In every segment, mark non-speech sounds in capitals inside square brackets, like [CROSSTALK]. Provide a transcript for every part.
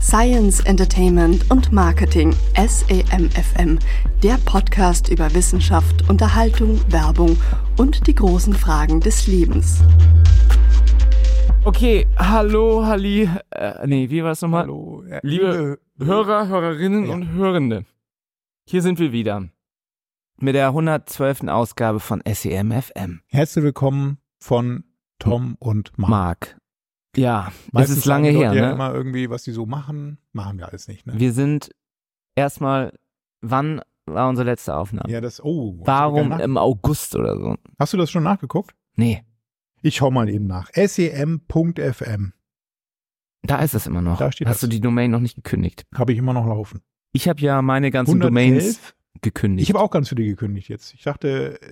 Science, Entertainment und Marketing, E SEMFM, der Podcast über Wissenschaft, Unterhaltung, Werbung und die großen Fragen des Lebens. Okay, hallo, Halli. Äh, nee, wie war es nochmal? Hallo, ja, Liebe Hörer, Hörerinnen Ja. und Hörende, hier sind wir wieder mit der 112. Ausgabe von E SEMFM. Herzlich willkommen von Tom und Mark. Marc. Ja, es Meistens ist lange sagen die her, Leute Ja ne? immer irgendwie, was die so machen, machen wir alles nicht. Ne? Wir sind erstmal, wann war unsere letzte Aufnahme? ja, das, oh. hast du Warum ähm- gar nach- im August oder so? Hast du das schon nachgeguckt? Nee, Ich schau mal eben nach. E sem.fm da ist es immer noch. Da steht Hast das. du die Domain noch nicht gekündigt? habe ich immer noch laufen. Ich habe ja meine ganzen 111? Domains gekündigt. Ich habe auch ganz viele gekündigt jetzt. Ich dachte, äh,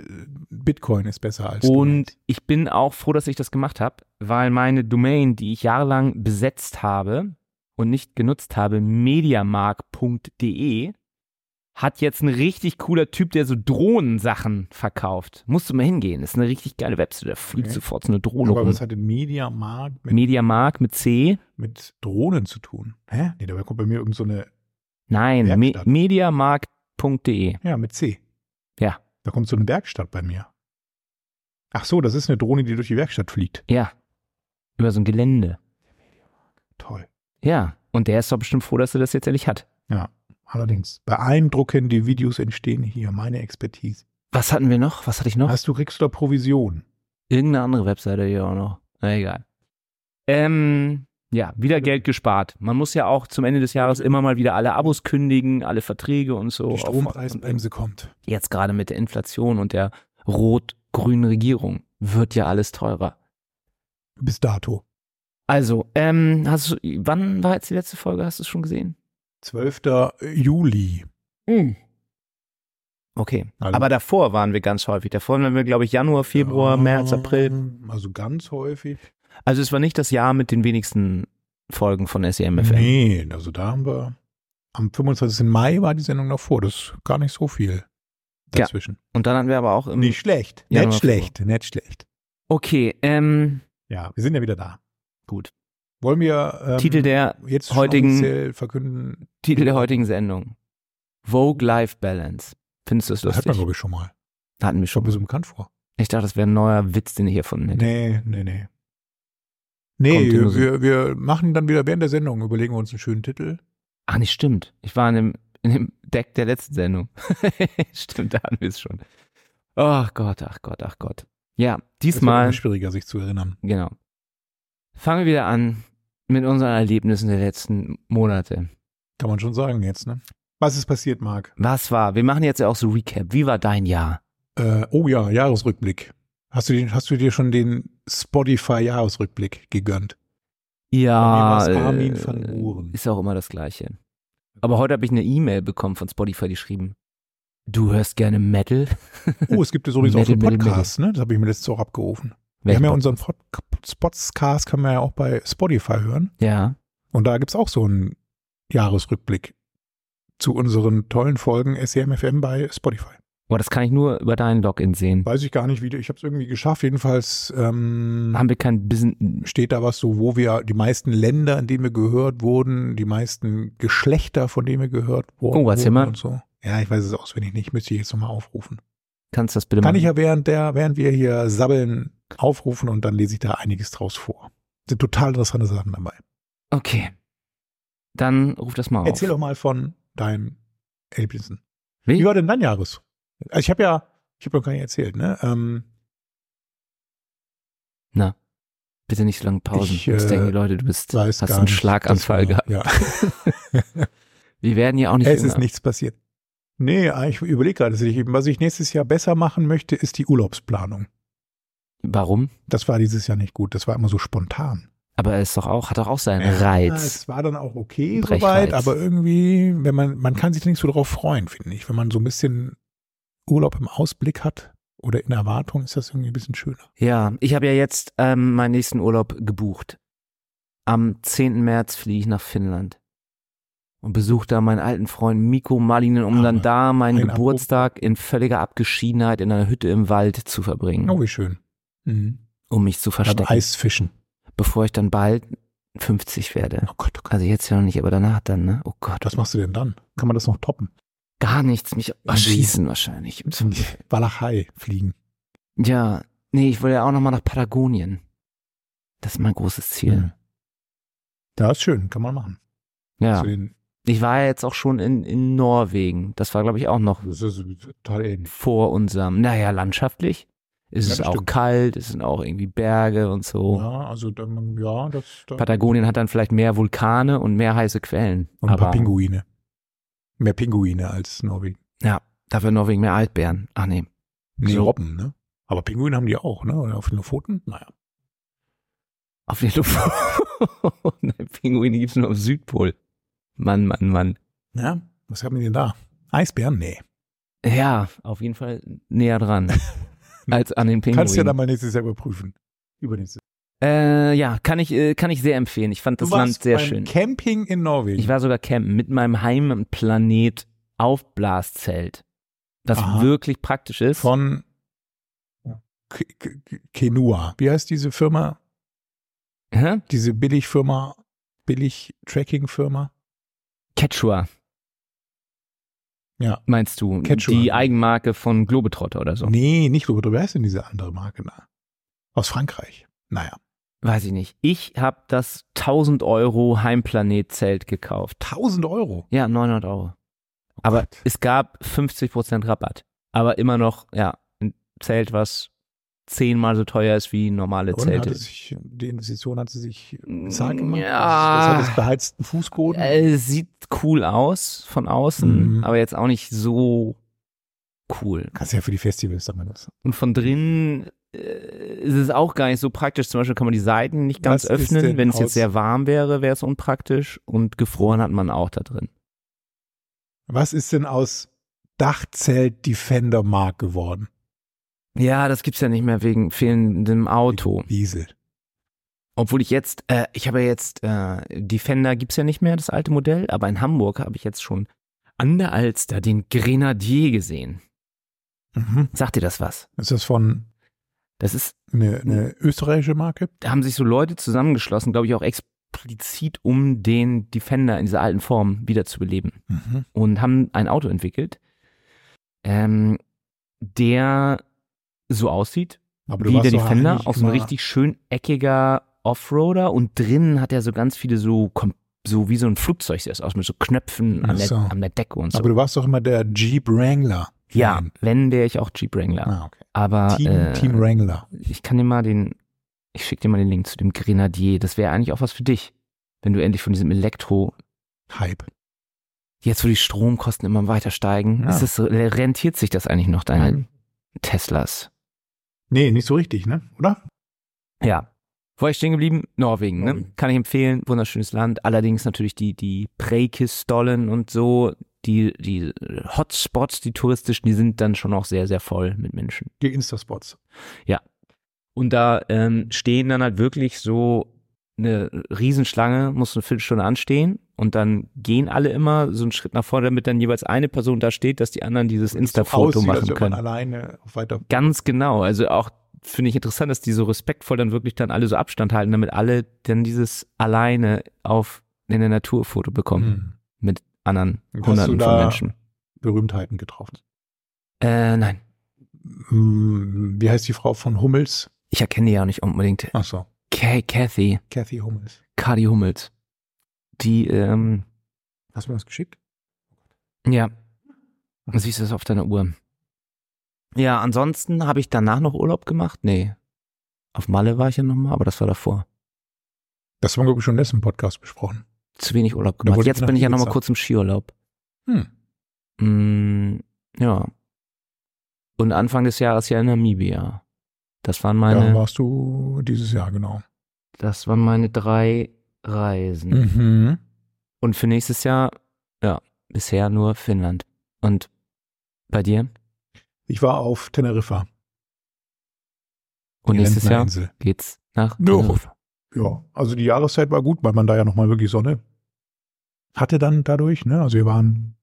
Bitcoin ist besser als Und ich bin auch froh, dass ich das gemacht habe, weil meine Domain, die ich jahrelang besetzt habe und nicht genutzt habe, mediamark.de, hat jetzt ein richtig cooler Typ, der so Drohnensachen verkauft. Musst du mal hingehen. Das ist eine richtig geile Webseite. Da fliegt Okay. sofort so eine Bitcoin. Drohne Aber rum. was hat denn Mediamarkt mit, Mediamark mit C. mit Drohnen zu tun? Hä? Nee, dabei kommt bei mir irgend so eine, Nein, me Werkstatt. mediamark.de. ja, mit C. Ja. Da kommt so eine Werkstatt bei mir. Ach so, das ist eine Drohne, die durch die Werkstatt fliegt. Ja. Über so ein Gelände. Toll. Ja. Und der ist doch bestimmt froh, dass er das jetzt endlich hat. Ja, allerdings. Beeindruckende Videos entstehen hier, meine Expertise. Was hatten wir noch? Was hatte ich noch? Hast du, kriegst du da Provision? Irgendeine andere Webseite hier auch noch. Na egal. Ähm, ja, wieder Geld gespart. Man muss ja auch zum Ende des Jahres immer mal wieder alle Abos kündigen, alle Verträge und so. Die Strompreisbremse kommt. Jetzt gerade mit der Inflation und der rot-grünen Regierung wird ja alles teurer. Bis dato. Also, ähm, hast du, wann war jetzt die letzte Folge? Hast du es schon gesehen? 12. Juli. Okay. Also- Aber davor waren wir ganz häufig. Davor waren wir, glaube ich, Januar, Februar, März, April. Also ganz häufig. Also es war nicht das Jahr mit den wenigsten Folgen von E SEMFM. Nee, also da haben wir. Am 25. Mai war die Sendung noch vor. Das ist gar nicht so viel Ja. dazwischen. Und dann hatten wir aber auch im. Nicht schlecht. Ja, nicht aber- schlecht. Nicht schlecht. Okay, ähm, Ja, wir sind ja wieder da. Gut. Wollen wir ähm, Titel der jetzt heutigen- schon offiziell verkünden? Titel der heutigen Sendung. Vogue Life Balance. Findest du es Das hat man, lustig? glaube ich, schon mal. Hatten wir Kommt schon. mir so bekannt vor. Ich dachte, das wäre ein neuer Witz, den ich hier erfunden hätte. Nee, nee, nee. Nee, Kommt immer wir, so. wir, wir machen dann wieder während der Sendung, überlegen wir uns einen schönen Titel. Ach, nicht stimmt. Ich war in dem, in dem Deck der letzten Sendung. [LAUGHS] stimmt, da hatten wir es schon. Ach Gott, ach Gott, ach Gott. Ja, Das wird immer diesmal, schwieriger, sich zu erinnern. genau. Fangen wir wieder an mit unseren Erlebnissen der letzten Monate. Kann man schon sagen jetzt, ne? Was ist passiert, Marc? Was war? Wir machen jetzt ja auch so Recap. Wie war dein Jahr? Äh, oh ja, Jahresrückblick. Hast du, den, hast du dir schon den Spotify-Jahresrückblick gegönnt? Ja, Bei mir war's Armin äh, van Buuren. ist auch immer das Gleiche. Aber heute habe ich eine E-Mail bekommen von Spotify, die schrieben, du hörst gerne Metal. Oh, es gibt ja sowieso auch so Metal, Metal, Podcasts, ne? Das habe ich mir letztes auch abgerufen. Wir Welchen haben ja Pod- unseren Pod Spotscast, kann man ja auch bei Spotify hören. ja, Und da gibt's auch so einen Jahresrückblick zu unseren tollen Folgen SEMFM bei Spotify. aber das kann ich nur über deinen Login sehen. Weiß ich gar nicht, wie. Ich habe es irgendwie geschafft. Jedenfalls ähm, Haben wir kein bisschen steht da was so, wo wir die meisten Länder, in denen wir gehört wurden, die meisten Geschlechter, von denen wir gehört wurden. Oh, erzähl wurden mal. Und so. Ja, ich weiß es auswendig nicht. Müsste ich jetzt nochmal aufrufen. kannst du das bitte Kann ich machen? ja während der, während wir hier sabbeln, aufrufen und dann lese ich da einiges draus vor. Sind total interessante Sachen dabei. okay. Dann ruf das mal auf. Erzähl doch mal von deinen Erlebnissen. Wie? Wie war denn dein Jahres? Also ich habe ja, ich habe noch gar nicht erzählt, ne? Ähm, Na, bitte nicht so lange Pausen. Ich, Sonst äh, denken die Leute, du bist, weiß hast gar einen nicht, Schlaganfall das war- gehabt. Ja. Wir werden ja auch [LAUGHS] nicht es jünger. ist nichts passiert. Nee, ah, ich überlege gerade, dass ich eben- was ich nächstes Jahr besser machen möchte, ist die Urlaubsplanung. Warum? Das war dieses Jahr nicht gut. Das war immer so spontan. Aber es ist doch auch, hat doch auch seinen Ja, Reiz. es war dann auch okay Brechreiz. soweit, aber irgendwie, wenn man, man kann sich da nicht so drauf freuen, finde ich. Wenn man so ein bisschen Urlaub im Ausblick hat oder in Erwartung, ist das irgendwie ein bisschen schöner. Ja, ich habe ja jetzt ähm, meinen nächsten Urlaub gebucht. Am 10. März fliege ich nach Finnland und besuche da meinen alten Freund Miko Malinen, um dann Aber da meinen Ah, ein Geburtstag in völliger Abgeschiedenheit in einer Hütte im Wald zu verbringen, Oh, wie schön. Mhm. um mich zu Beim verstecken, Eisfischen. bevor ich dann bald 50 werde. Oh Gott, oh Gott. Also jetzt ja noch nicht, aber danach dann, ne? Oh Gott. Was machst du denn dann? Kann man das noch toppen? Gar nichts, mich erschießen wahrscheinlich. Walachei fliegen. Ja, nee, ich will ja auch nochmal nach Patagonien. Das ist mein großes Ziel. Hm. Ja, ist schön, kann man machen. Ja. Zu den, Ich war ja jetzt auch schon in, in Norwegen. Das war, glaube ich, auch noch das ist total ähnlich. vor unserem, naja, landschaftlich. Es Ja, ist das auch stimmt. kalt, es sind auch irgendwie Berge und so. Ja, also dann, ja, das. Da, Patagonien hat dann vielleicht mehr Vulkane und mehr heiße Quellen. und ein paar Pinguine. Mehr Pinguine als Norwegen. Ja, dafür Norwegen mehr Altbären. Ach nee. Nee, So. Robben, ne? Aber Pinguine haben die auch, ne? Oder auf den Pfoten? Naja. Auf den Luft. [LAUGHS] Nein, Pinguine gibt's nur am Südpol. Mann, Mann, Mann. Ja, was haben die denn da? Eisbären? Nee. Ja, auf jeden Fall näher [LAUGHS] dran. als an den Pinguinen. Kannst du ja dann mal nächstes Jahr überprüfen. Übernächstes äh, ja, kann ich, äh, kann ich sehr empfehlen. Ich fand das Du warst Land sehr beim schön. Camping in Norwegen. Ich war sogar campen mit meinem Heimplanet Aufblaszelt. Was Aha. wirklich praktisch ist. von K K K- Kenua. Wie heißt diese Firma? Hä? Diese Billigfirma, Billig-Tracking-Firma? Quechua. Ja. Meinst du? Quechua. Die Eigenmarke von Globetrotter oder so. Nee, nicht Roboter. Wer ist denn diese andere Marke da? Aus Frankreich. Naja, Weiß ich nicht. Ich habe das 1000 Euro Heimplanet-Zelt gekauft. 1000 Euro. Ja, 900 Euro. Aber Oh Gott. es gab 50% Rabatt. Aber immer noch, ja, ein Zelt, was zehnmal so teuer ist wie normale Und hatte Zelte. sich, die Investition hat sie sich Mm, bezahlt gemacht. Also ja. Das, das hat jetzt beheizten Fußboden. Äh, sieht cool aus von außen, Mhm. aber jetzt auch nicht so cool. Kannst ja für die Festivals dann benutzen. Und von drinnen äh, ist es auch gar nicht so praktisch. Zum Beispiel kann man die Seiten nicht ganz Was ist öffnen. denn Wenn es aus- jetzt sehr warm wäre, wäre es unpraktisch. Und gefroren hat man auch da drin. Was ist denn aus Dachzelt Defender Mark geworden? Ja, das gibt's ja nicht mehr wegen fehlendem Auto. Diesel. Obwohl ich jetzt, äh, ich habe ja jetzt, äh, Defender gibt's ja nicht mehr, das alte Modell, aber in Hamburg habe ich jetzt schon an der Alster den Grenadier gesehen. Mhm. Sagt dir das was? Ist das von Das ist, Hm. eine, eine österreichische Marke? da haben sich so Leute zusammengeschlossen, glaube ich auch explizit, um den Defender in dieser alten Form wiederzubeleben Mhm. und haben ein Auto entwickelt, ähm, der so aussieht Aber wie der doch Defender, eigentlich auch so ein immer- richtig schön eckiger Offroader und drinnen hat er so ganz viele so, kom- so wie so ein Flugzeug sieht das aus, mit so Knöpfen an, Ach so. der, an der Decke und so. Aber du warst doch immer der Jeep Wrangler. ja, wenn wäre ich auch Jeep Wrangler. Ah, okay. Aber Team, äh, Team Wrangler. ich kann dir mal den, ich schicke dir mal den Link zu dem Grenadier. Das wäre eigentlich auch was für dich, wenn du endlich von diesem Elektro, Hype. jetzt wo die Stromkosten immer weiter steigen, Ja. ist das, so- äh, rentiert sich das eigentlich noch, deine Teslas? Nee, nicht so richtig, ne? Oder? Ja. Wo war ich stehen geblieben? Norwegen, ne? Norwegen. Kann ich empfehlen, wunderschönes Land. Allerdings natürlich die, die Preikistollen und so, die, die Hotspots, die touristischen, die sind dann schon auch sehr, sehr voll mit Menschen. Die Instaspots. Und da ähm, stehen dann halt wirklich so eine Riesenschlange, muss eine Viertelstunde anstehen und dann gehen alle immer so einen Schritt nach vorne, damit dann jeweils eine Person da steht, dass die anderen dieses Insta-Foto aussieht, als machen ob man können. alleine auf weiter. Ganz genau. Also auch finde ich interessant, dass die so respektvoll dann wirklich dann alle so Abstand halten, damit alle dann dieses alleine auf in der Natur Foto bekommen Hm. mit anderen Hast Hunderten du von da- Menschen. Berühmtheiten getroffen. Äh, nein, Hm, Wie heißt die Frau von Hummels? ich erkenne die ja auch nicht unbedingt. Ach so, Kay, Kathy, Kathy Hummels. Cardi Hummels. Die, ähm, Hast du mir das geschickt? ja, du siehst das auf deiner Uhr. Ja, ansonsten habe ich danach noch Urlaub gemacht? Nee. Auf Malle war ich ja nochmal, aber das war davor. Das haben wir glaube ich, schon im letzten Podcast besprochen. Zu wenig Urlaub Da gemacht. wolltest du Jetzt nach bin ich ja nochmal Ibiza. kurz im Skiurlaub. Hm. Mm, ja. Und Anfang des Jahres ja in Namibia. Das waren meine, Da warst du dieses Jahr, genau. das waren meine drei Reisen. Mhm. Und für nächstes Jahr, ja, bisher nur Finnland. Und bei dir? Ich war auf Teneriffa. Und die nächstes Jahr Insel. geht's nach Jo. Teneriffa. Ja, also die Jahreszeit war gut, weil man da ja nochmal wirklich Sonne hatte dann dadurch. Ne? Also wir waren,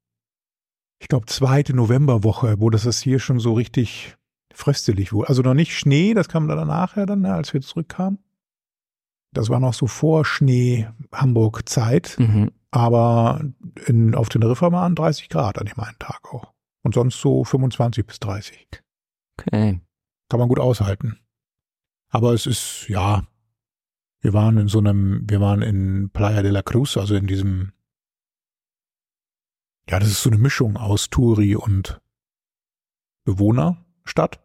ich glaube, zweite Novemberwoche, wo das, das hier schon so richtig fröstelig wurde. Also noch nicht Schnee, das kam dann nachher dann, ne, als wir zurückkamen. Das war noch so vor Schnee-Hamburg-Zeit. Mhm. Aber in, auf den Riffer waren 30 Grad an dem einen Tag auch. Und sonst so 25 bis 30. Okay. Kann man gut aushalten. Aber es ist, ja, wir waren in so einem, wir waren in Playa de la Cruz, also in diesem, ja, das ist so eine Mischung aus Touri und Bewohnerstadt.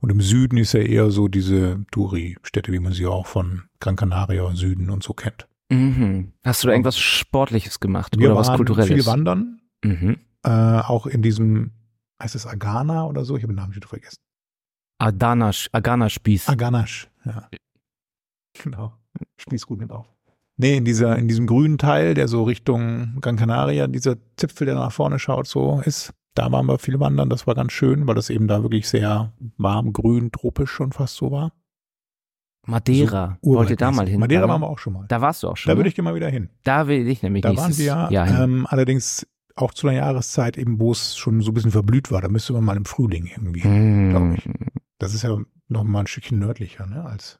Und im Süden ist ja eher so diese Touri-Städte, wie man sie auch von Gran Canaria und Süden und so kennt. Mhm. Hast du da irgendwas Sportliches gemacht Wir oder was waren viel Kulturelles? wandern, mhm. äh, auch in diesem, heißt es Agana oder so? Ich habe den Namen schon vergessen. Adanasch, Agana-Spieß. Aganasch, ja. [LAUGHS] Genau. Spieß gut mit auf. Nee, in, dieser, in diesem grünen Teil, der so Richtung Gran Canaria, dieser Zipfel, der nach vorne schaut, so ist. Da waren wir viel wandern, das war ganz schön, weil das eben da wirklich sehr warm, grün, tropisch schon fast so war. Madeira. Urwald- Wollt ihr da mal hin? Madeira oder? waren wir auch schon mal. Da, Da warst du auch schon. würde ne? ich gerne mal wieder hin. da will ich nämlich Da waren nächstes wir ja, Jahr hin. ähm, allerdings auch zu einer Jahreszeit eben, wo es schon so ein bisschen verblüht war. Da müsste man mal im Frühling irgendwie. Hm. hin. ähm, glaub ich. Mhm. Das ist ja noch mal ein Stückchen nördlicher, ne, als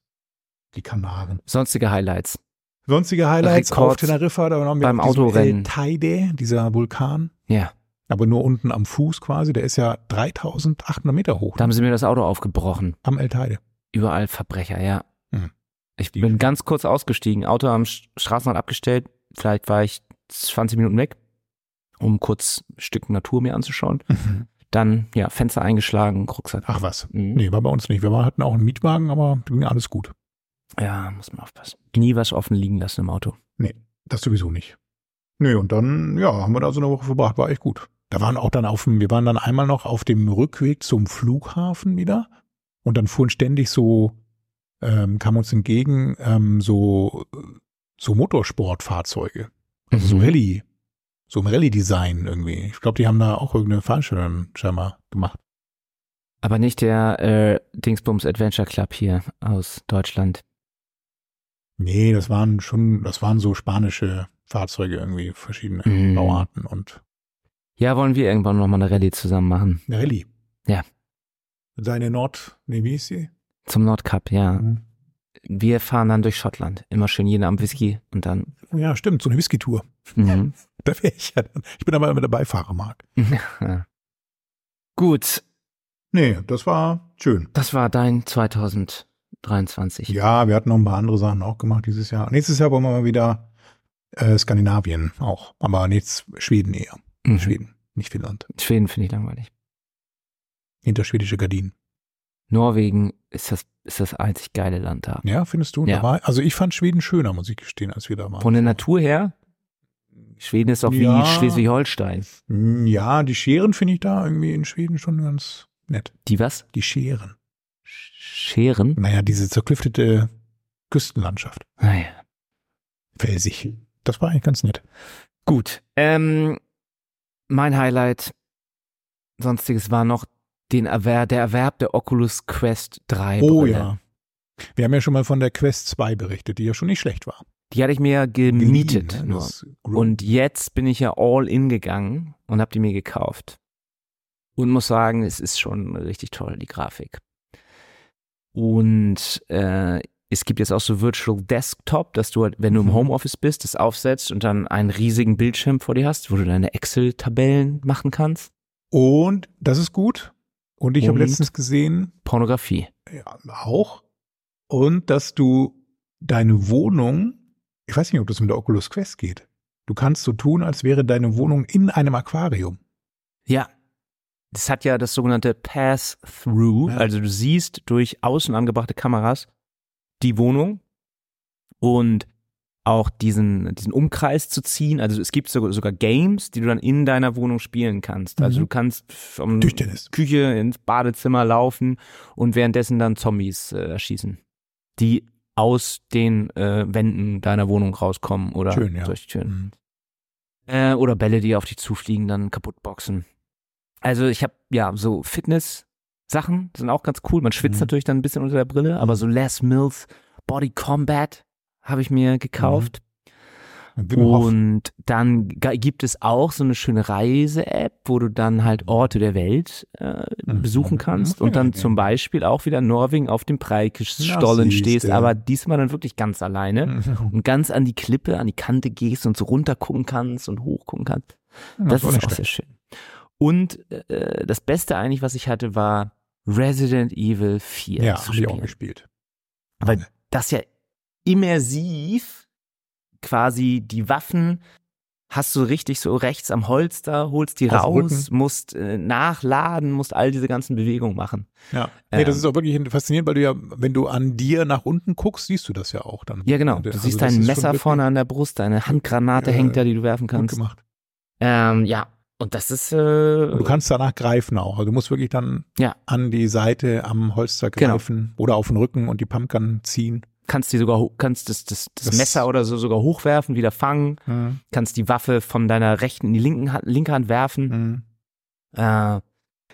die Kanaren. Sonstige Highlights. Sonstige Highlights auf Rekords Teneriffa, da waren wir beim auf diesem Autorennen. El Teide, dieser Vulkan, Ja, aber nur unten am Fuß quasi, der ist ja 3800 Meter hoch da haben sie mir das Auto aufgebrochen. am El Teide. Überall Verbrecher, ja. Mhm. Ich Die- bin ganz kurz ausgestiegen, Auto am Sch- Straßenrand abgestellt, vielleicht war ich 20 Minuten weg, um kurz ein Stück Natur mir anzuschauen. Dann, ja, Fenster eingeschlagen, Rucksack. Ach was. Mhm. Nee, war bei uns nicht. Wir waren- hatten auch einen Mietwagen, aber ging alles gut. Ja, muss man aufpassen. Nie was offen liegen lassen im Auto. Das sowieso nicht. Nee, und dann, ja, haben wir da so eine Woche verbracht, war echt gut. Da waren auch dann auf dem, wir waren dann einmal noch auf dem Rückweg zum Flughafen wieder und dann fuhren ständig so, ähm, kamen uns entgegen, ähm, so, so Motorsportfahrzeuge. Also so Mhm. Rallye, so im Rallye-Design irgendwie. Ich glaube, die haben da auch irgendeine Veranstaltung scheinbar gemacht. Aber nicht der äh, Dingsbums Adventure Club hier aus Deutschland. Nee, das waren schon, das waren so spanische Fahrzeuge irgendwie, verschiedene Mhm. Bauarten und Ja, wollen wir irgendwann nochmal eine Rallye zusammen machen. eine Rallye. Ja. Seine Nord, nee, wie ist sie? Zum Nordcup, ja. Mhm. Wir fahren dann durch Schottland. Immer schön jeden Abend Whisky und dann. Oh Ja, stimmt, so eine Whisky-Tour. [LAUGHS] [LAUGHS] Mhm. Da wäre ich ja dann. Ich bin aber immer der Beifahrer, Marc. Gut, Nee, das war schön. das war dein 2023. Ja, wir hatten noch ein paar andere Sachen auch gemacht dieses Jahr. Nächstes Jahr wollen wir mal wieder äh, Skandinavien auch. Aber jetzt Schweden eher. Mhm. Schweden, nicht Finnland. Schweden finde ich langweilig. Hinter schwedische Gardinen. Norwegen ist das, ist das einzig geile Land da. Ja, findest du? Da Ja. War, also ich fand Schweden schöner, muss ich gestehen, als wir da waren. Von der Natur her, Schweden ist doch wie Ja. Schleswig-Holstein. Hm, ja, die Scheren finde ich da irgendwie in Schweden schon ganz nett. Die was? Die Scheren. Scheren? Naja, diese zerklüftete Küstenlandschaft. Naja. Felsig. Das war eigentlich ganz nett. Gut. Ähm, mein Highlight, sonstiges war noch den Erwer der Erwerb der Oculus Quest 3. Oh Brille. ja. Wir haben ja schon mal von der Quest 2 berichtet, die ja schon nicht schlecht war. Die hatte ich mir gemietet. Geliehen, ne? nur. Das- Und jetzt bin ich ja all in gegangen und habe die mir gekauft. Und muss sagen, es ist schon richtig toll, die Grafik. Und äh, es gibt jetzt auch so Virtual Desktop, dass du, halt, wenn du im Mhm. Homeoffice bist, das aufsetzt und dann einen riesigen Bildschirm vor dir hast, wo du deine Excel-Tabellen machen kannst. und das ist gut. Und ich habe Und? letztens gesehen, Pornografie. ja, auch, und dass du deine Wohnung, ich weiß nicht, ob das mit der Oculus Quest geht, du kannst so tun, als wäre deine Wohnung in einem Aquarium. Mhm. Ja. Das hat ja das sogenannte Pass-Through. Ja. Also du siehst durch außen angebrachte Kameras die Wohnung und auch diesen, diesen Umkreis zu ziehen. Also es gibt sogar, sogar Games, die du dann in deiner Wohnung spielen kannst. Also Mhm. du kannst vom Durch Dennis. Küche ins Badezimmer laufen und währenddessen dann Zombies äh, erschießen, die aus den äh, Wänden deiner Wohnung rauskommen oder Schön, ja. durch Türen. Mhm. Äh, oder Bälle, die auf dich zufliegen, dann kaputt boxen. Also ich habe ja so Fitness-Sachen sind auch ganz cool. Man schwitzt Mhm. natürlich dann ein bisschen unter der Mhm. Brille, aber so Les Mills Body Combat habe ich mir gekauft. Wimhoff. Und dann ga- gibt es auch so eine schöne Reise-App, wo du dann halt Orte der Welt äh, Mhm. besuchen kannst und dann zum Beispiel auch wieder in Norwegen auf dem Preikisstollen Na, siehste. stehst, aber diesmal dann wirklich ganz alleine Mhm. und ganz an die Klippe, an die Kante gehst und so runter gucken kannst und hoch gucken kannst. Das, war ist nicht auch sehr schlecht. schön. Und äh, das Beste eigentlich, was ich hatte, war Resident Evil 4 Ja, zu habe ich auch spielen gespielt. weil das ja immersiv quasi die Waffen hast du richtig so rechts am Holster, holst die Auf dem raus, musst äh, nachladen, musst all diese ganzen Bewegungen machen. Ja. Nee, das Ähm. ist auch wirklich faszinierend, weil du ja, wenn du an dir nach unten guckst, siehst du das ja auch dann. Ja, genau. Du Also siehst dein das ist schon Messer wirklich vorne an der Brust, deine Handgranate Ja, hängt da, die du werfen Gut kannst. gemacht. Ähm, ja, und das ist äh, Und du kannst danach greifen auch. Also du musst wirklich dann Ja. an die Seite am Holster Genau. greifen oder auf den Rücken und die Pumpgun ziehen. kannst die sogar ho- kannst das, das, das, Das- Messer oder so sogar hochwerfen, wieder fangen, Mhm. kannst die Waffe von deiner rechten in die linken Hand, linke Hand werfen. Mhm. Äh,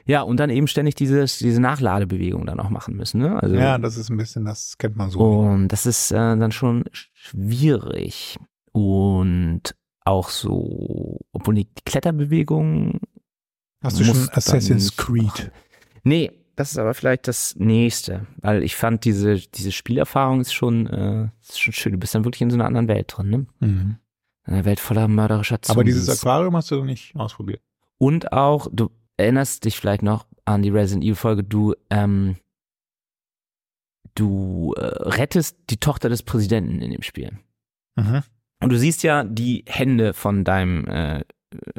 ja, und dann eben ständig dieses, diese Nachladebewegung dann auch machen müssen. Ne? Also, Ja, das ist ein bisschen, das kennt man so. genau. und das ist äh, dann schon schwierig. Und auch so, obwohl die Kletterbewegung. Hast du schon musst dann Assassin's nicht- Creed? Nee, das ist aber vielleicht das nächste. Weil ich fand, diese, diese Spielerfahrung ist schon, äh, ist schon schön. Du bist dann wirklich in so einer anderen Welt drin, ne? Mhm. In einer Welt voller mörderischer Zombies. Aber dieses Aquarium hast du noch nicht ausprobiert. Und auch, du erinnerst dich vielleicht noch an die Resident Evil Folge, du, ähm, du äh, rettest die Tochter des Präsidenten in dem Spiel. Mhm. Und du siehst ja die Hände von deinem, äh,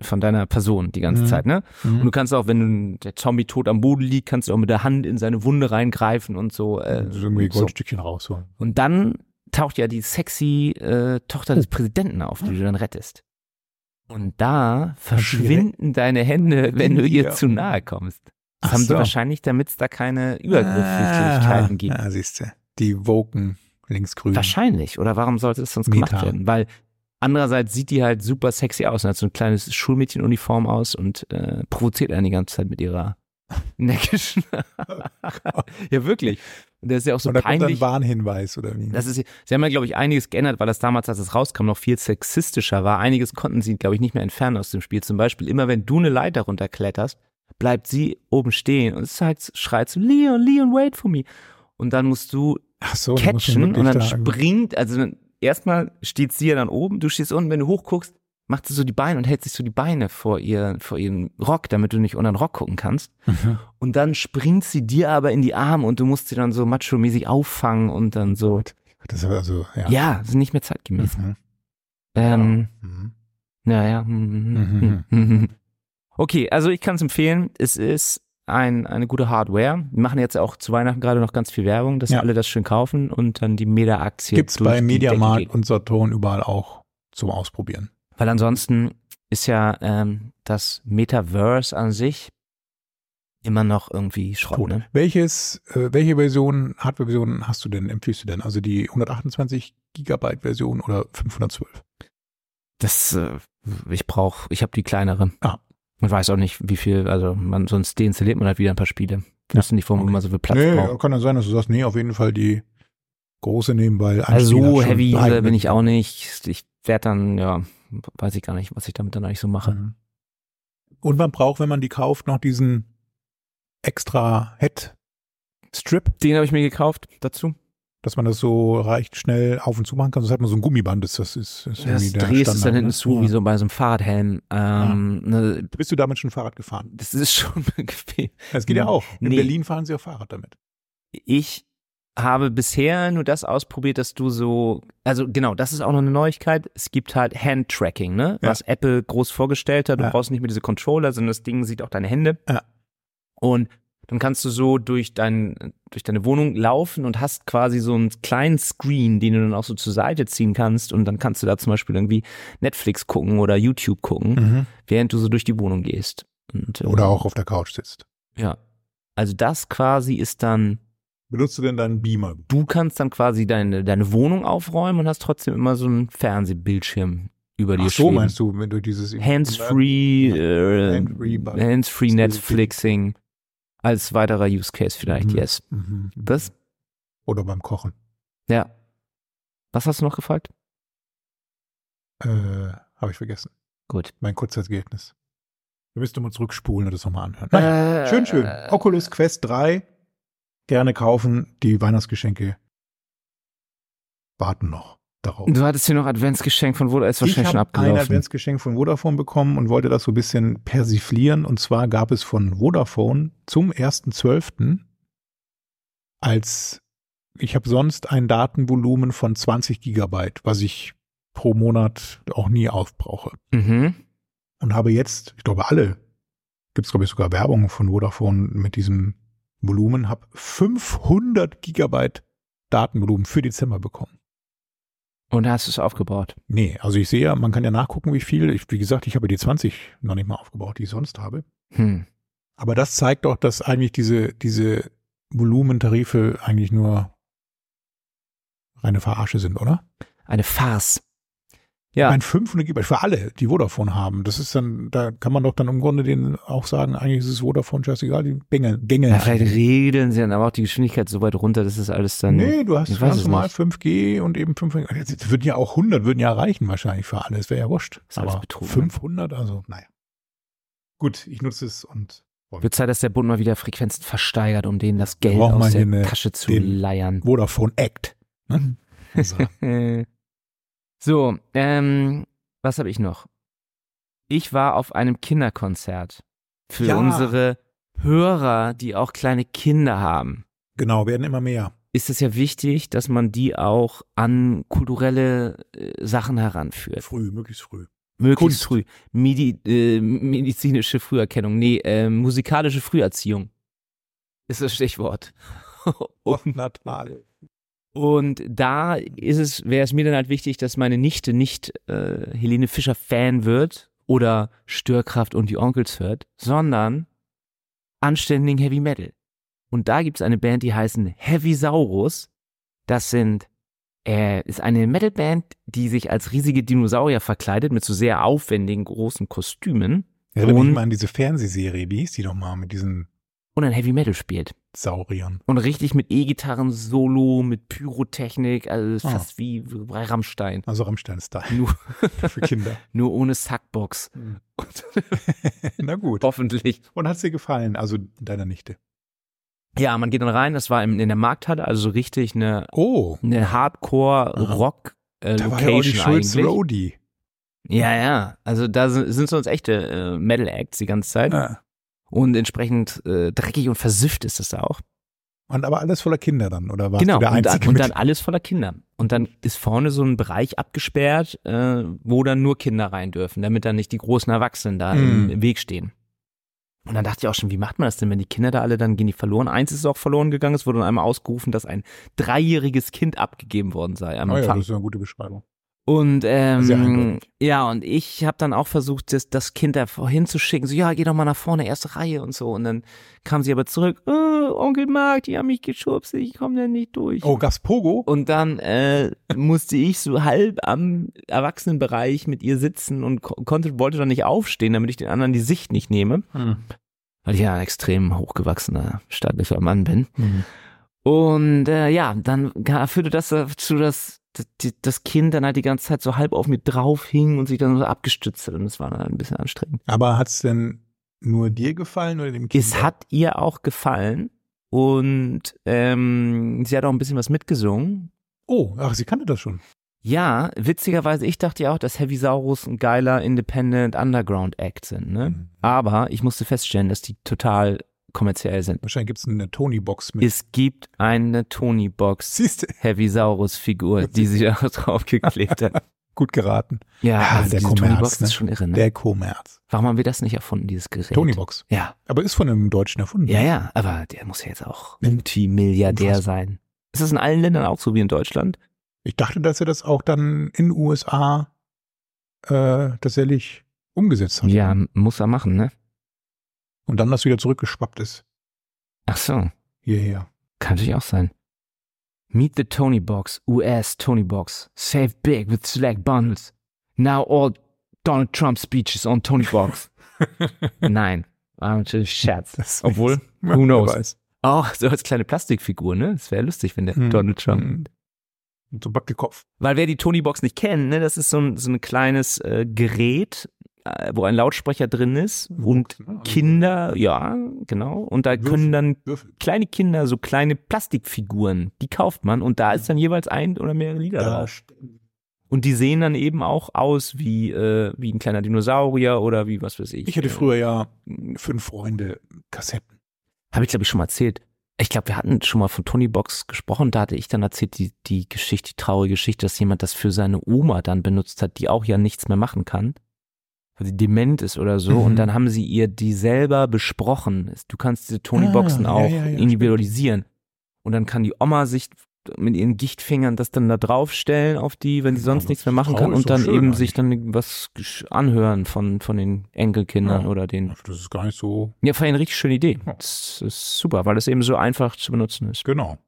von deiner Person die ganze Mhm. Zeit, ne? Und Mhm. du kannst auch, wenn der Zombie tot am Boden liegt, kannst du auch mit der Hand in seine Wunde reingreifen und so. Äh, Also irgendwie so. Goldstückchen rausholen. Und dann taucht ja die sexy äh, Tochter Oh. des Präsidenten auf, die du dann rettest. Und da verschwinden deine Hände, wenn du ihr Ja. zu nahe kommst. Das Ach haben sie so. wahrscheinlich, damit es da keine Übergrifflichkeiten Ah, gibt. Ja, siehst du. Die Woken linksgrün. Wahrscheinlich. Oder warum sollte es sonst Meta. gemacht werden? Weil andererseits sieht die halt super sexy aus und hat so ein kleines Schulmädchenuniform aus und äh, provoziert einen die ganze Zeit mit [LAUGHS] ihrer neckischen. [LAUGHS] ja, wirklich. Und das ist ja auch so Oh und da kommt dann ein peinlich. Warnhinweis oder wie? Das ist, sie haben ja, glaube ich, einiges geändert, weil das damals, als es rauskam, noch viel sexistischer war. Einiges konnten sie, glaube ich, nicht mehr entfernen aus dem Spiel. Zum Beispiel, immer wenn du eine Leiter runterkletterst, bleibt sie oben stehen und es halt, schreit so, Leon, Leon, wait for me. Und dann musst du Ach so, da muss man catchen und wirklich dann da- springt, also dann, erstmal steht sie ja dann oben, du stehst unten, wenn du hochguckst, macht sie so die Beine und hält sich so die Beine vor ihr, vor ihren Rock, damit du nicht unter den Rock gucken kannst. Mhm. Und dann springt sie dir aber in die Arme und du musst sie dann so macho-mäßig auffangen und dann so. Das ist also, ja. Ja, sind nicht mehr zeitgemäß. Mhm. Ähm, Mhm. naja. mhm, mhm, mhm. Okay, also ich kann es empfehlen. Es ist ein, eine gute Hardware. Wir machen jetzt auch zu Weihnachten gerade noch ganz viel Werbung, dass Ja. alle das schön kaufen und dann die Meta-Aktie. Gibt's durch bei die Decke Mediamarkt geht. und Saturn überall auch zum Ausprobieren. Weil ansonsten ist ja ähm, das Metaverse an sich immer noch irgendwie Schrott, Tot. ne? Welches, äh, welche Version, Hardware-Version hast du denn, empfiehlst du denn? Also die 128 Gigabyte Version oder 512? Das, äh, ich brauche, ich habe die kleinere. Ah. Und weiß auch nicht, wie viel, also man, sonst deinstalliert man halt wieder ein paar Spiele. Ich wüsste nicht, warum okay. man so viel Platz nee, braucht. kann ja sein, dass du sagst, nee, auf jeden Fall die große nehmen, weil ein Also Spiel hat so schon heavy drei User bin mit- ich auch nicht. Ich werde dann, ja, weiß ich gar nicht, was ich damit dann eigentlich so mache. Mhm. Und man braucht, wenn man die kauft, noch diesen extra Head-Strip, Den habe ich mir gekauft dazu. dass man das so reicht schnell auf und zu machen kann. Sonst hat man so ein Gummiband, das, das ist, ist Das irgendwie der drehst es Standard, dann hinten ne? zu, wie so bei so einem Fahrradhelm. Ähm, ne, Bist du damit schon Fahrrad gefahren? das ist schon [LAUGHS] bequem. Das geht ja auch. In Nee. Berlin fahren sie auch Fahrrad damit. ich habe bisher nur das ausprobiert, dass du so, also genau, das ist auch noch eine Neuigkeit. Es gibt halt Handtracking, ne? Ja. Was Apple groß vorgestellt hat. Du Ja. brauchst nicht mehr diese Controller, sondern das Ding sieht auch deine Hände. Ja. Und dann kannst du so durch dein, durch deine Wohnung laufen und hast quasi so einen kleinen Screen, den du dann auch so zur Seite ziehen kannst. Und dann kannst du da zum Beispiel irgendwie Netflix gucken oder YouTube gucken, während du so durch die Wohnung gehst. Und, äh, Mhm. Oder auch auf der Couch sitzt. Ja. Also das quasi ist dann Benutzt du denn deinen Beamer? du kannst dann quasi deine, deine Wohnung aufräumen und hast trotzdem immer so einen Fernsehbildschirm über dir Ach so schweben. meinst du, wenn du dieses Hands-free, äh, Hands-free button. Hands-free Still Netflixing als weiterer Use Case vielleicht, Mhm. yes. Mhm. Das? Oder beim Kochen. Ja. Was hast du noch gefragt? Äh, habe ich vergessen. Gut. Mein kurzes Ergebnis. Wir müssten mal zurückspulen und das nochmal anhören. Naja, Äh, schön, schön. Oculus Quest 3. Gerne kaufen. Die Weihnachtsgeschenke warten noch darauf. Du hattest hier noch Adventsgeschenk von Wurde, ist wahrscheinlich schon Ich habe ein abgelaufen. Adventsgeschenk von Vodafone bekommen und wollte das so ein bisschen persiflieren. Und zwar gab es von Vodafone zum 1.12. als ich habe sonst ein Datenvolumen von 20 Gigabyte, was ich pro Monat auch nie aufbrauche. Mhm. Und habe jetzt, ich glaube alle, gibt es glaube ich sogar Werbung von Vodafone mit diesem Volumen, habe 500 Gigabyte Datenvolumen für Dezember bekommen. Und hast es aufgebaut. Nee, also ich sehe ja, man kann ja nachgucken, wie viel. Ich, wie gesagt, ich habe die 20 noch nicht mal aufgebaut, die ich sonst habe. Hm. Aber das zeigt doch, dass eigentlich diese, diese Volumentarife eigentlich nur reine Verarsche sind, oder? Eine Farce. Ja. Ja, Ein 500 Gigabyte für alle, die Vodafone haben. Das ist dann, da kann man doch dann im Grunde denen auch sagen, eigentlich ist es Vodafone scheißegal, die Bengel, Gänge. ja, vielleicht regeln sie dann aber auch die Geschwindigkeit so weit runter, dass es alles dann. nee, du hast Ich weiß ganz es normal nicht. 5G und eben 500. Jetzt würden ja auch 100 würden ja reichen wahrscheinlich für alles, wäre ja wurscht. Ist alles Aber Betrug, ne? 500, also naja. Gut, ich nutze es und Wird Zeit, dass der Bund mal wieder Frequenzen versteigert, um denen das Geld Braucht aus man der hier eine- Tasche zu den- leiern. [LAUGHS] Vodafone Act. Ne? Also, Äh. So, ähm, was habe ich noch? Ich war auf einem Kinderkonzert für Ja. unsere Hörer, die auch kleine Kinder haben. genau, werden immer mehr. Ist es ja wichtig, dass man die auch an kulturelle äh, Sachen heranführt. Früh, möglichst früh. Möglichst Kunst. früh. Medi äh, medizinische Früherkennung, nee, äh, musikalische Früherziehung ist das Stichwort. [LAUGHS] Und Natal. [LAUGHS] und da ist es, wäre es mir dann halt wichtig, dass meine Nichte nicht äh, Helene Fischer Fan wird oder Störkraft und die Onkels hört, sondern anständigen Heavy Metal. Und da gibt's eine Band, die heißen Heavy Saurus. Das sind äh, ist eine Metalband, die sich als riesige Dinosaurier verkleidet mit so sehr aufwendigen großen Kostümen Erinnere Und- mich mal an diese Fernsehserie, wie hieß die doch mal mit diesen und ein Heavy Metal spielt. Sauriern? Und richtig mit E-Gitarren-Solo, mit Pyrotechnik, also Ah. fast wie bei Rammstein. [LAUGHS] Also Rammstein-Style Nur, [LAUGHS] für Kinder. nur ohne Sackbox. Na gut. Hoffentlich. Und hat's dir gefallen, also deiner Nichte? Ja, man geht dann rein, das war im- in der Markthalle, also so richtig eine, Oh, eine Aha. da war ja auch die Hardcore-Rock-Location Schulz eigentlich. Roadie. Ja, ja, also da sind, sind sonst echte äh, Metal-Acts die ganze Zeit Ja. und entsprechend äh, dreckig und versifft ist das da auch. Und aber alles voller Kinder dann, oder warst genau, du der und, dann- Einzige und mit? dann alles voller Kinder. Und dann ist vorne so ein Bereich abgesperrt, äh, wo dann nur Kinder rein dürfen, damit dann nicht die großen Erwachsenen da im, Mhm. im Weg stehen. Und dann dachte ich auch schon, wie macht man das denn, wenn die Kinder da alle, dann gehen die verloren. Eins ist auch verloren gegangen, es wurde dann einmal ausgerufen, dass ein dreijähriges Kind abgegeben worden sei am oh ja, Empfang. das ist eine gute Beschreibung. Und Sehr ähm, eindeutig. ja, und ich habe dann auch versucht, das, das Kind da hinzuschicken. So, ja, geh doch mal nach vorne, erste Reihe und so. Und dann kam sie aber zurück, äh, Onkel Marc, die haben mich geschubst, ich komme da nicht durch. Oh, gab's Pogo? Und dann äh, musste ich so halb am Erwachsenenbereich mit ihr sitzen und ko konnte, wollte dann nicht aufstehen, damit ich den anderen die Sicht nicht nehme, weil ich ja ein extrem hochgewachsener, stattlicher Mann bin. Mhm. Und äh, ja, dann ga- führte das dazu, dass d- d- das Kind dann halt die ganze Zeit so halb auf mir drauf hing und sich dann so abgestützt hat und das war dann ein bisschen anstrengend. Aber hat's denn nur dir gefallen oder dem Kind? Es hat ihr auch gefallen und ähm, sie hat auch ein bisschen was mitgesungen. oh, ach, sie kannte das schon. Ja, witzigerweise, ich dachte ja auch, dass Heavy Saurus ein geiler Independent Underground Act sind, ne? Mhm. Aber ich musste feststellen, dass die total kommerziell sind. Wahrscheinlich gibt's eine Tony-Box mit. Es gibt eine Tony Box Siehst du, Heavy Saurus Figur, die sich auch [LAUGHS] draufgeklebt hat. gut geraten. Ja, [LAUGHS] Ja, also der diese Tony Kommerz, Box ne? ist schon irre, ne? Der Kommerz. Warum haben wir das nicht erfunden, dieses Gerät? Tonybox. Ja, Aber ist von einem Deutschen erfunden. ja, ja, aber der muss ja jetzt auch Mhm. Multimilliardär Unfassbar. sein. Ist das in allen Ländern auch so wie in Deutschland? Ich dachte, dass er das auch dann in den USA äh, tatsächlich umgesetzt hat. Ja, muss er machen, ne? Und dann das wieder zurückgeschwappt ist. Ach so. Hierher. Kann natürlich auch sein. Meet the Tony Box, US Tony Box. Save big with select bundles. Now all Donald Trump speeches on Tony [LAUGHS] Box. Nein, war natürlich Scherz. Das ist [LAUGHS] Obwohl, nichts. who Wer knows? weiß. Auch so als kleine Plastikfigur, ne? Das wäre lustig, wenn der Hm. Donald Trump Hm. Und so Wackelkopf. Weil wer die Tony-Box nicht kennt, ne, das ist so ein, so ein kleines äh, Gerät, äh, wo ein Lautsprecher drin ist und ne? Also Kinder, ja, genau. Und da Würfel. können dann Würfel. kleine Kinder so kleine Plastikfiguren, die kauft man und da ist dann jeweils ein oder mehrere Lieder Da drauf. Und die sehen dann eben auch aus wie, äh, wie ein kleiner Dinosaurier oder wie was weiß ich. Ich hatte Äh, früher ja hm, fünf Freunde Kassetten. Habe ich, glaube ich, schon mal erzählt. Ich glaube, wir hatten schon mal von Tony Box gesprochen. Da hatte ich dann erzählt, die, die Geschichte, die traurige Geschichte, dass jemand das für seine Oma dann benutzt hat, die auch ja nichts mehr machen kann. Weil sie dement ist oder so. Mhm. Und dann haben sie ihr die selber besprochen. Du kannst diese Tony Boxen Ah, ja, auch ja, ja, individualisieren. Und dann kann die Oma sich mit ihren Gichtfingern das dann da draufstellen auf die, wenn sie Ja, sonst das nichts mehr machen Trau- kann ist und doch dann schön eben sich dann was gesch- anhören von, von den Enkelkindern Ja. oder den Das ist gar nicht so. ja, fand ich eine richtig schöne Idee. Ja. Das ist super, weil es eben so einfach zu benutzen ist. Genau.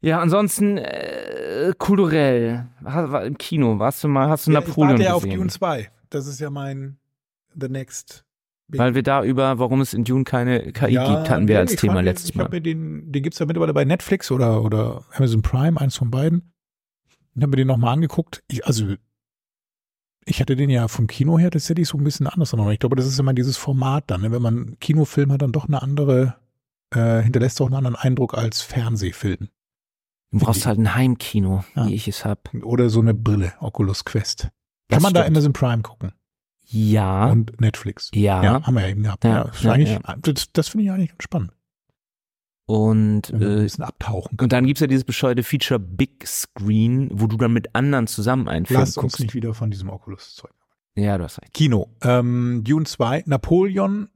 Ja, ansonsten äh, kulturell. Ha- war Im Kino, warst du mal, hast du Ja, ich Napoleon warte ja auf gesehen? Dune 2. Das ist ja mein The Next. Big- weil wir da über, warum es in Dune keine KI gibt, hatten wir nee, als ich Thema fand den- letztes Ich Mal. hab mir den, den gibt es ja mittlerweile bei Netflix oder, oder Amazon Prime, eins von beiden. Und habe mir den nochmal angeguckt. Ich, also, ich hatte den ja vom Kino her, das hätte ich so ein bisschen anders noch. Ich glaube, das ist immer dieses Format dann. Ne? Wenn man einen Kinofilm hat, dann doch eine andere, äh, hinterlässt doch einen anderen Eindruck als Fernsehfilm. Du brauchst halt ein Heimkino, Ja. wie ich es hab. Oder so eine Brille, Oculus Quest. Kann Das man da stimmt. Amazon Prime gucken Ja, und Netflix. ja. Ja, haben wir ja eben gehabt. Ja, Ja, das ist ja, eigentlich, ja. das, das finde ich eigentlich ganz spannend. Und Wenn man ein äh, bisschen abtauchen kann. und dann gibt's ja dieses bescheuerte Feature Big Screen, wo du dann mit anderen zusammen einen Film Lass uns guckst. nicht wieder von diesem Oculus-Zeug. Ja, du hast recht. Kino. Ähm, Dune 2, Napoleon,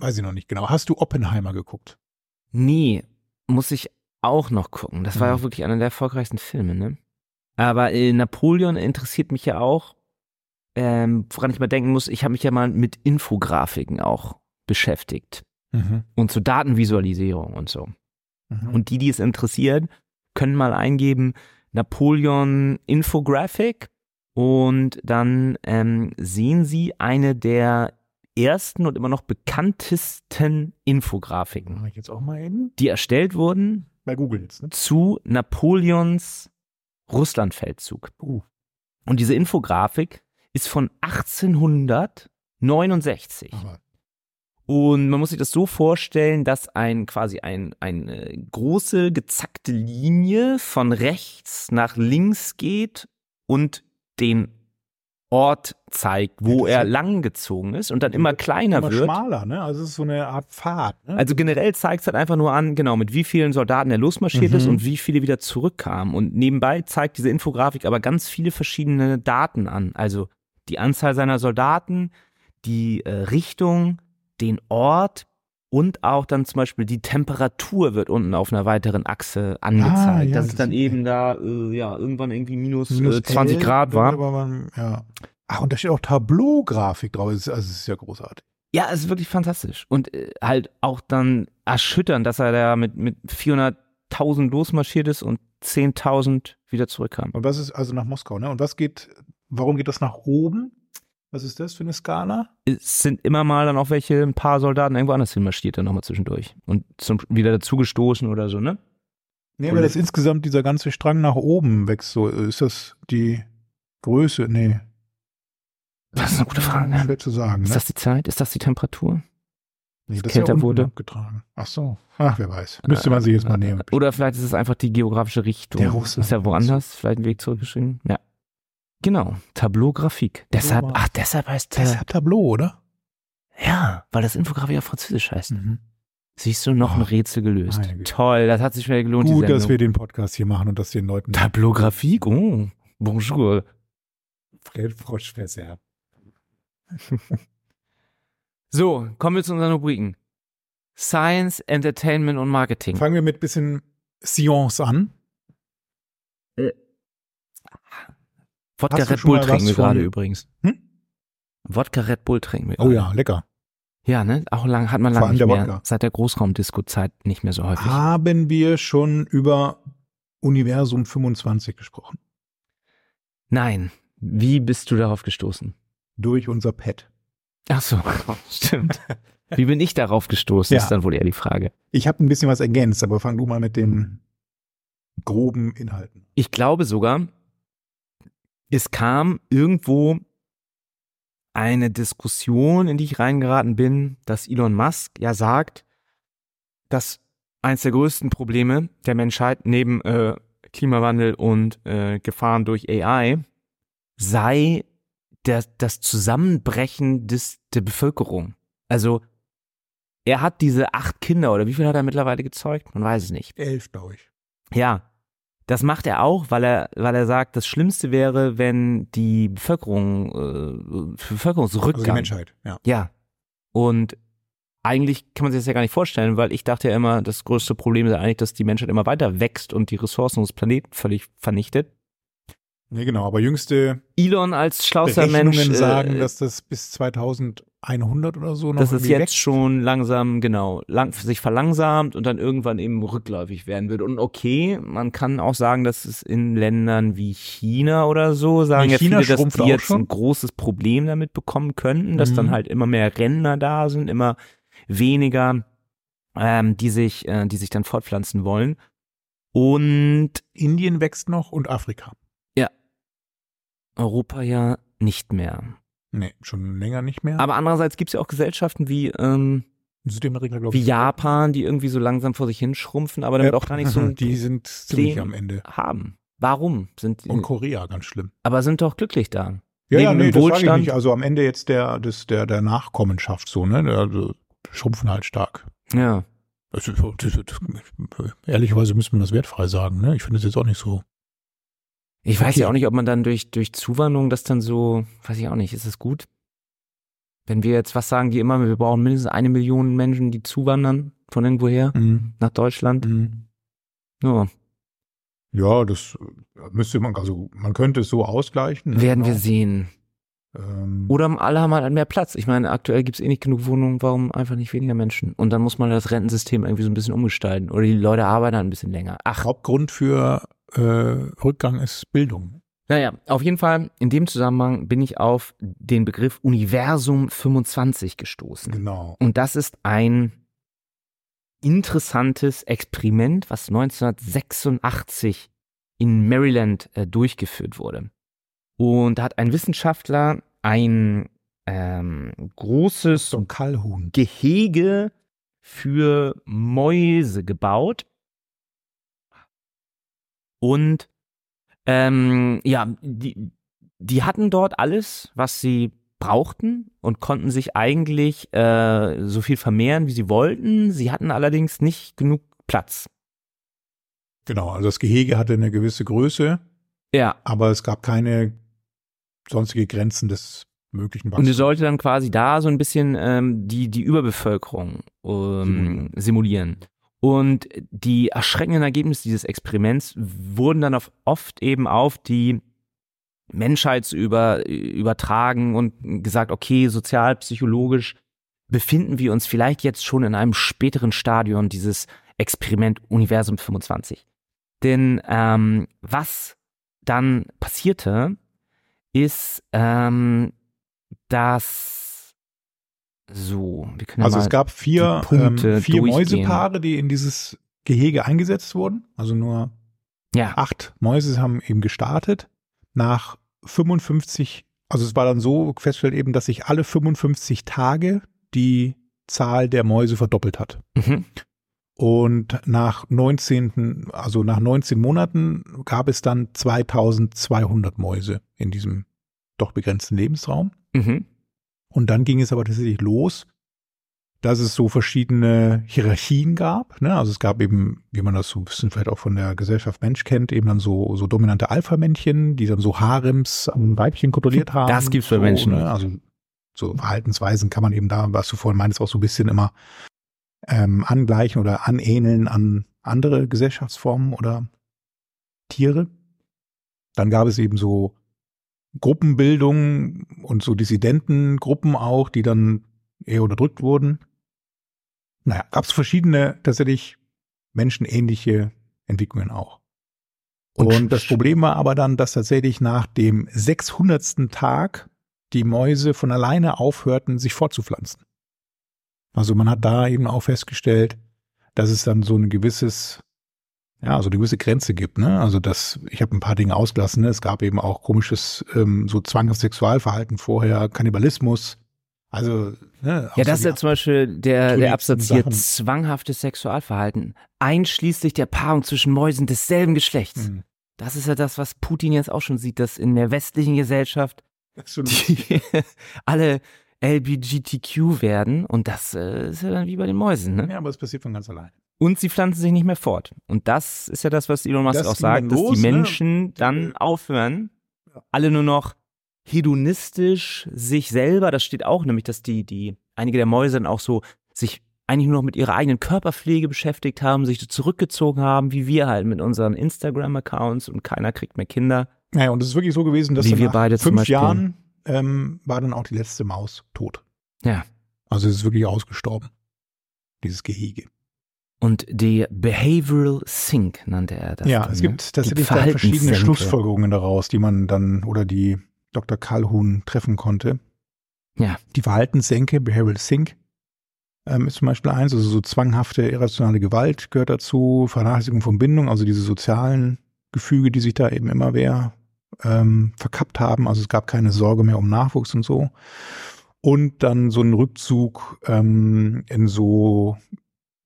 weiß ich noch nicht genau. Hast du Oppenheimer geguckt? Nee, muss ich auch noch gucken. Das war ja Mhm. auch wirklich einer der erfolgreichsten Filme, ne? Aber äh, Napoleon interessiert mich ja auch, ähm, woran ich mal denken muss, ich habe mich ja mal mit Infografiken auch beschäftigt. Und zu Datenvisualisierung und so. Mhm. Und Und die, die es interessieren, können mal eingeben Napoleon Infographic und dann ähm, sehen sie eine der ersten und immer noch bekanntesten Infografiken, mache ich jetzt auch mal eben. die erstellt wurden Bei Google jetzt, ne? zu Napoleons Russlandfeldzug. Uh. Und diese Infografik ist von 1869. Aber Und man muss sich das so vorstellen, dass ein quasi ein, eine große gezackte Linie von rechts nach links geht und den Ort zeigt, wo Ja, das er ist- langgezogen ist und dann immer kleiner immer wird. schmaler, ne? Also es ist so eine Art Pfad. Ne? Also generell zeigt es halt einfach nur an, genau, mit wie vielen Soldaten er losmarschiert ist Mhm. und wie viele wieder zurückkamen. Und nebenbei zeigt diese Infografik aber ganz viele verschiedene Daten an. Also die Anzahl seiner Soldaten, die äh, Richtung, den Ort und auch dann zum Beispiel die Temperatur wird unten auf einer weiteren Achse angezeigt. Ah, ja, dass das es dann ist- eben da äh, ja irgendwann irgendwie minus, Minus äh, 20 11, Grad wird war. aber man- ja. Ah, und da steht auch Tableau-Grafik drauf. Das ist- Also es ist ja großartig. Ja, es ist wirklich fantastisch. Und äh, halt auch dann erschütternd, dass er da mit, mit 400.000 losmarschiert ist und 10.000 wieder zurückkam. Und was ist also nach Moskau, ne? Und was geht, warum geht das nach oben? Was ist das für eine Skala? Es sind immer mal dann auch welche, ein paar Soldaten irgendwo anders hinmarschiert dann nochmal zwischendurch. Und zum, wieder dazugestoßen oder so, ne? Nee, aber das insgesamt, dieser ganze Strang nach oben wächst so. äh, Ist das die Größe? Nee. Das ist eine gute Frage. Ne? Schwer zu sagen. Ist Ne? das die Zeit? Ist das die Temperatur? das nee, ist ja kälter unten wurde? Äh, Abgetragen. Ach so. Ach, wer weiß. Müsste man sich jetzt mal nehmen. Oder vielleicht ist es einfach die geografische Richtung. Der Russe. Ist ja woanders, vielleicht ein Weg zurückgeschrieben. Ja. Genau, Tableau-Grafik. Deshalb, Tableau. ach, deshalb heißt Das äh, ist Tableau, oder? Ja, weil das Infografik ja französisch heißt. Mhm. Siehst du, noch ein Oh, Rätsel gelöst. meine Güte. Toll, das hat sich wieder gelohnt. die Gut, Sendung. dass wir den Podcast hier machen und das den Leuten Tableau-Grafik, oh, bonjour. Geldfrosch verserben. So, kommen wir zu unseren Rubriken. Science, Entertainment und Marketing. Fangen wir mit bisschen Science an. Wodka Hast du Red schon Bull mal trinken was wir gerade von- übrigens. Hm? Wodka Red Bull trinken wir Oh gerade. ja, lecker. Ja, ne? Auch lang hat man Vor lange allem nicht der mehr. Wodka. Ah. Seit der Großraumdisco-Zeit nicht mehr so häufig. Haben wir schon über Universum 25 gesprochen? Nein. Wie bist du darauf gestoßen? Durch unser Pet. Ach [LAUGHS] so, stimmt. Wie bin ich darauf gestoßen, Ja. ist dann wohl eher die Frage. Mhm. Ich habe ein bisschen was ergänzt, aber fang du mal mit dem groben Inhalten. Ich glaube sogar, es kam irgendwo eine Diskussion, in die ich reingeraten bin, dass Elon Musk ja sagt, dass eines der größten Probleme der Menschheit neben äh, Klimawandel und äh, Gefahren durch AI sei der, das Zusammenbrechen des, der Bevölkerung. Also er hat diese acht Kinder oder wie viel hat er mittlerweile gezeugt? Man weiß es nicht. Elf, glaube ich. Ja, das macht er auch, weil er, weil er sagt, das Schlimmste wäre, wenn die Bevölkerung, äh, Bevölkerungsrückgang. Also die Menschheit, ja. Ja. Und eigentlich kann man sich das ja gar nicht vorstellen, weil ich dachte ja immer, das größte Problem ist eigentlich, dass die Menschheit immer weiter wächst und die Ressourcen des Planeten völlig vernichtet. Nee, genau, aber jüngste Elon als schlauster Berechnungen Mensch. äh, sagen, dass das bis 2100 oder so noch dass es irgendwie jetzt wächst. schon langsam, genau, lang, sich verlangsamt und dann irgendwann eben rückläufig werden wird. Und okay, man kann auch sagen, dass es in Ländern wie China oder so, sagen Nee, ja China viele, dass schrumpft die auch jetzt schon. ein großes Problem damit bekommen könnten, dass Mhm. dann halt immer mehr Ränder da sind, immer weniger, ähm, die sich, äh, die sich dann fortpflanzen wollen. Und Indien wächst noch und Afrika. Europa ja nicht mehr. Nee, schon länger nicht mehr. Aber andererseits gibt es ja auch Gesellschaften wie, ähm, In Südamerika, glaube wie ich. Äh, Japan, die irgendwie so langsam vor sich hinschrumpfen, aber damit auch gar [LAUGHS] nicht so ein Die sind ziemlich Zehn- am Ende. haben. Warum? Sind, Und Korea ganz schlimm. aber sind doch glücklich da. Ja, ja, Neben nee, dem das sage ich Wohlstand- nicht. Also am Ende jetzt der, des, der, der Nachkommenschaft so, ne? Also schrumpfen halt stark. Ja. Das ist, das ist, ehrlicherweise müssen wir das wertfrei sagen, ne? Ich finde es jetzt auch nicht so. Ich weiß Okay. ja auch nicht, ob man dann durch, durch Zuwanderung das dann so, weiß ich auch nicht, ist das gut? Wenn wir jetzt was sagen, die immer, wir brauchen mindestens eine Million Menschen, die zuwandern von irgendwoher Mhm. nach Deutschland. Mhm. Ja. Ja, das müsste man, also man könnte es so ausgleichen. ne? Werden wir Genau. sehen. Ähm, Oder alle haben halt mehr Platz. Ich meine, aktuell gibt es eh nicht genug Wohnungen, warum einfach nicht weniger Menschen? Und dann muss man das Rentensystem irgendwie so ein bisschen umgestalten. Oder die Leute arbeiten halt ein bisschen länger. Ach, Hauptgrund für äh, Rückgang ist Bildung. Naja, auf jeden Fall, in dem Zusammenhang bin ich auf den Begriff Universum 25 gestoßen. Genau. Und das ist ein interessantes Experiment, was 1986 in Maryland äh, durchgeführt wurde. Und da hat ein Wissenschaftler ein ähm, großes So ein Kallhuhn. Gehege für Mäuse gebaut. Und ähm, ja, die, die hatten dort alles, was sie brauchten und konnten sich eigentlich äh, so viel vermehren, wie sie wollten. Sie hatten allerdings nicht genug Platz. Genau, also das Gehege hatte eine gewisse Größe, Ja, aber es gab keine sonstige Grenzen des möglichen Und es Wachstums. sollte dann quasi da so ein bisschen ähm, die, die Überbevölkerung ähm, Simulieren. simulieren. Und die erschreckenden Ergebnisse dieses Experiments wurden dann auf, oft eben auf die Menschheit zu über, übertragen und gesagt, okay, sozial, psychologisch befinden wir uns vielleicht jetzt schon in einem späteren Stadion dieses Experiment Universum 25. Denn ähm, was dann passierte, ist, ähm, dass so, wir können Also ja mal, es gab vier, die Punkte ähm, vier durchgehen. Mäusepaare, die in dieses Gehege eingesetzt wurden. Also nur ja, acht Mäuse haben eben gestartet. Nach 55, also es war dann so festgestellt eben, dass sich alle 55 Tage die Zahl der Mäuse verdoppelt hat. mhm, Und nach 19, also nach 19 Monaten gab es dann 2200 Mäuse in diesem doch begrenzten Lebensraum. mhm, Und dann ging es aber tatsächlich los, dass es so verschiedene Hierarchien gab. Ne? Also es gab eben, wie man das so ein bisschen vielleicht auch von der Gesellschaft Mensch kennt, eben dann so, so dominante Alpha-Männchen, die dann so Harems am Weibchen kontrolliert haben. Das gibt's bei so, Menschen nicht. Also so Verhaltensweisen kann man eben da, was du vorhin meintest, auch so ein bisschen immer ähm, angleichen oder anähneln an andere Gesellschaftsformen oder Tiere. Dann gab es eben so Gruppenbildung und so Dissidentengruppen auch, die dann eher unterdrückt wurden. Naja, gab es verschiedene tatsächlich menschenähnliche Entwicklungen auch. Und Und, sch- das Problem war aber dann, dass tatsächlich nach dem 600. Tag die Mäuse von alleine aufhörten, sich fortzupflanzen. Also man hat da eben auch festgestellt, dass es dann so ein gewisses ja, also eine gewisse Grenze gibt. Ne? Also das, ich habe ein paar Dinge ausgelassen. Ne? Es gab eben auch komisches ähm, so zwanges Sexualverhalten vorher, Kannibalismus. Also ne, Ja, das ist so ja zum Beispiel der, der natürlichsten Absatz hier, Sachen. zwanghaftes Sexualverhalten, einschließlich der Paarung zwischen Mäusen desselben die- Geschlechts. Mhm. Das ist ja das, was Putin jetzt auch schon sieht, dass in der westlichen Gesellschaft Das ist so die [LAUGHS] alle LBGTQ werden und das äh, ist ja dann wie bei den Mäusen, ne? ja, aber es passiert von ganz allein. Und sie pflanzen sich nicht mehr fort. Und das ist ja das, was Elon Musk Das auch ging sagt, dann dass los, die ne? Menschen dann aufhören, alle nur noch hedonistisch sich selber, das steht auch nämlich, dass die, die, einige der Mäuse dann auch so sich eigentlich nur noch mit ihrer eigenen Körperpflege beschäftigt haben, sich so zurückgezogen haben, wie wir halt mit unseren Instagram-Accounts und keiner kriegt mehr Kinder. Naja, und es ist wirklich so gewesen, dass Wie dann wir nach beide zum fünf Beispiel. Jahren ähm, war dann auch die letzte Maus tot. Ja. Also es ist wirklich ausgestorben, dieses Gehege. Und die Behavioral Sync nannte er das. ja, dann, es ne? gibt tatsächlich Die dann verschiedene Verhaltenssenke. Schlussfolgerungen daraus, die man dann oder die Dr. Calhoun treffen konnte. Ja. Die Verhaltenssenke, Behavioral Sink, ähm, ist zum Beispiel eins, also so zwanghafte, irrationale Gewalt gehört dazu, Vernachlässigung von Bindung, also diese sozialen Gefüge, die sich da eben immer mehr ähm, verkappt haben. Also es gab keine Sorge mehr um Nachwuchs und so. Und dann so ein Rückzug ähm, in so